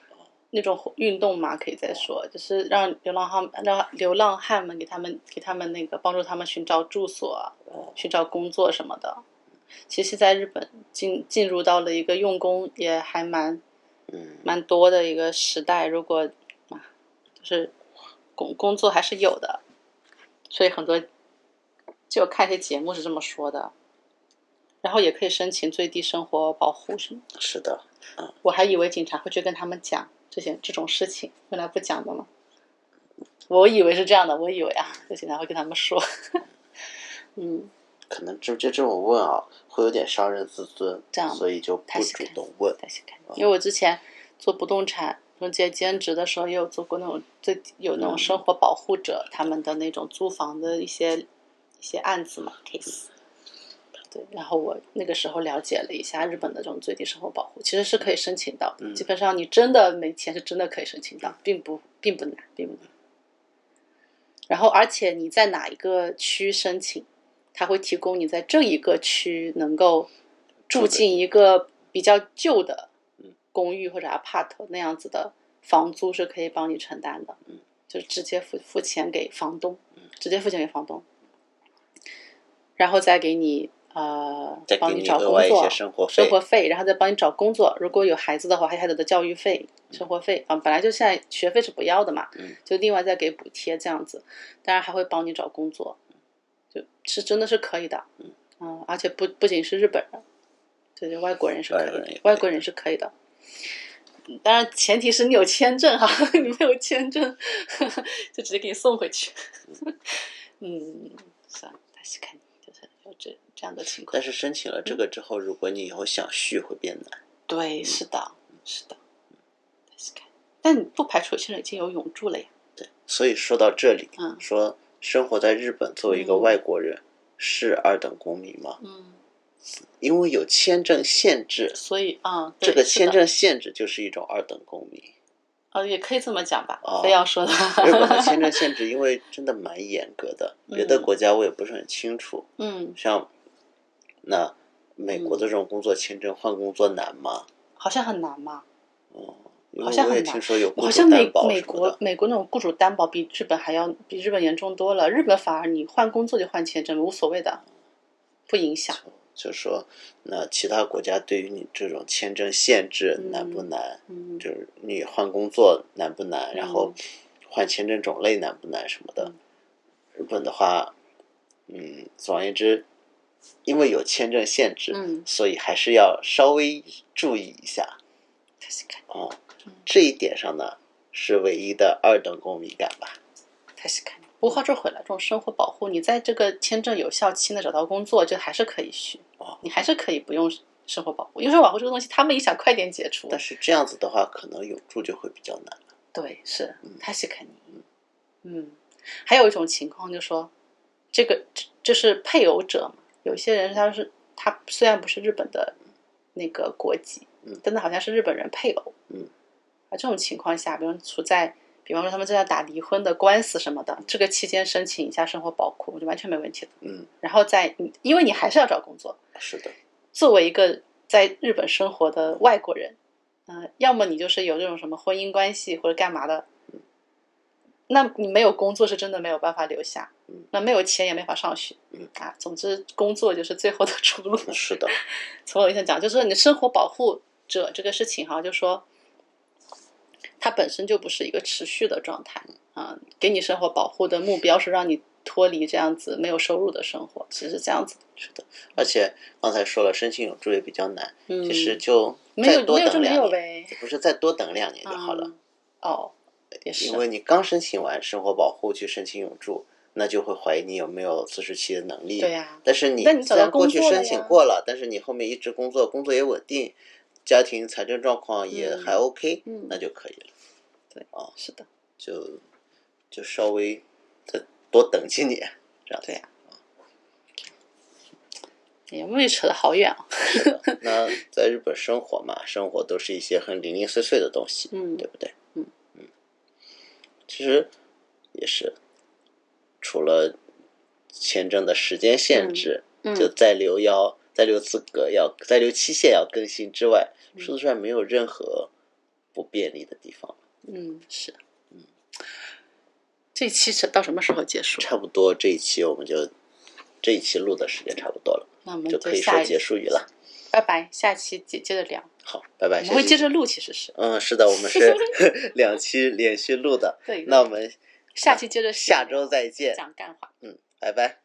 那种运动嘛，可以再说，就是让流浪汉让流浪汉们给他们给他们那个帮助他们寻找住所啊、
哦
寻找工作什么的。其实现在日本进进入到了一个用工也还蛮
嗯，
蛮多的一个时代，如果啊，就是工工作还是有的，所以很多就看一些节目是这么说的，然后也可以申请最低生活保护什么。
是的。
我还以为警察会去跟他们讲这些这种事情，原来不讲的嘛。我以为是这样的，我以为啊，就警察会跟他们说，嗯，
可能直接这么问啊，会有点伤人自尊，
这样
所以就不主动问。啊
再去看。因为我之前做不动产中介兼职的时候，也有做过那种最有那种生活保护者他们的那种租房的一些一些案子嘛 case。对，然后我那个时候了解了一下日本的这种最低生活保护，其实是可以申请到的。
嗯
基本上你真的没钱是真的可以申请到，并不并不难，并不难。然后，而且你在哪一个区申请，它会提供你在这一个区能够住进一个比较旧的
嗯
公寓或者 apart 那样子的房租是可以帮你承担的
嗯。
就是直接付付钱给房东，直接付钱给房东，然后再给你呃
再给
帮
你
找
额
工
外一
作
些，生活费
生，活费，然后再帮你找工作。如果有孩子的话，还有孩子的教育费、生活费啊，本来就现在学费是不要的嘛
嗯，
就另外再给补贴这样子。当然还会帮你找工作，就是真的是可以的，嗯，而且不不仅是日本人，就是外国人是可以
外国人也
的
可以，
外国人是可以的。嗯当然，前提是你有签证哈， <laughs> 你没有签证，就直接给你送回去。嗯，是啊，他是肯定就是有这这样的情况
但。是申请
嗯
了这个之后，如果你以后想续会变难。
对，是的，是的，確かに但你不排除有些人已经有永住了呀。
对，所以说到这里，
嗯
说生活在日本作为一个
嗯
外国人、是二等公民吗？
嗯，
因为有签证限制，
所以啊、嗯，对
这个
是
签
的
证限制就是一种二等公民。
啊、也可以这么讲吧，
哦
非要说的。
日本的签证限制因为真的蛮严格
<laughs>
的，
嗯
别的国家我也不是很清楚，
嗯，
像那美国的这种工作签证换工作难吗？
好像很难
<laughs>
嘛，
哦，因
好
为
像
我也
很难
听说有雇
好
主
像美
担保
美
什么
国
的，
美国那种雇主担保比日本还要比日本严重多了。日本反而你换工作就换签证，无所谓的，不影响。
就说那其他国家对于你这种签证限制
嗯
难不难？
嗯，
就是你换工作难不难？然后
嗯
换签证种类难不难什么的
嗯？
日本的话，嗯，总而言之，因为有签证限制，
嗯
所以还是要稍微注意一下
確か
哦
嗯。
这一点上呢，是唯一的二等公民感吧？
に確かに。不过话说回来，这种生活保护，你在这个签证有效期内找到工作，就还是可以续。
哦，
你还是可以不用生活保护，因为生活保护这个东西，他们也想快点解除。
但是这样子的话，可能永住就会比较难。
对，是
嗯，
他是肯定。嗯，还有一种情况就是说，这个这就是配偶者嘛，有些人他是他虽然不是日本的那个国籍，
嗯
但他好像是日本人配偶。
嗯，
啊，这种情况下，比如处在。比方说，他们正在打离婚的官司什么的，这个期间申请一下生活保护，我觉得完全没问题的。
嗯，
然后再，你因为你还是要找工作，
是的，
作为一个在日本生活的外国人，嗯、要么你就是有这种什么婚姻关系或者干嘛的，那你没有工作是真的没有办法留下
嗯，
那没有钱也没法上学
嗯，
啊，总之工作就是最后的出路。 <laughs>
是的，
从我印象讲，就是说你的生活保护者这个事情哈，就说它本身就不是一个持续的状态啊、给你生活保护的目标是让你脱离这样子没有收入的生活，其实是这样子的。
是的。而且刚才说了，申请永住也比较难，
嗯，
其实就
没有
再多
没有就
等
没有
两年，
呗。
不是再多等两年就好了。
嗯。哦，也是
因。为你刚申请完生活保护去申请永住，那就会怀疑你有没有自食其力的能力。
对呀、
但是你
但你
虽
找到
然过
工
去
作了
申请
呀
过了，但是你后面一直工作，工作也稳定，家庭财政状况也
嗯
还 OK，、
嗯
那就可以了，
对，
哦
是的，
就就稍微再多等几年，这
<laughs>
样子
对呀、哎呀，我们也扯得好远啊。
是的。那在日本生活嘛，生活都是一些很零零碎碎的东西，
嗯
对不对？
嗯
嗯，其实也是，除了签证的时间限制，
嗯
就在留要在留资格要在留期限要更新之外，
嗯
说得出来没有任何不便利的地方，
嗯，是。这期扯到什么时候结束？
差不多这一期我们就这一期录的时间差不多了，
那我们
就可以
下
说
一
结束语了。
拜拜，下期接接着聊。
好，拜拜，
我
下
们会
期
接着录，其实是
嗯，是的，我们
<laughs>
是两期连续录的，
对。
那我们
下期接着
下周再见，
讲干话。
嗯，拜拜。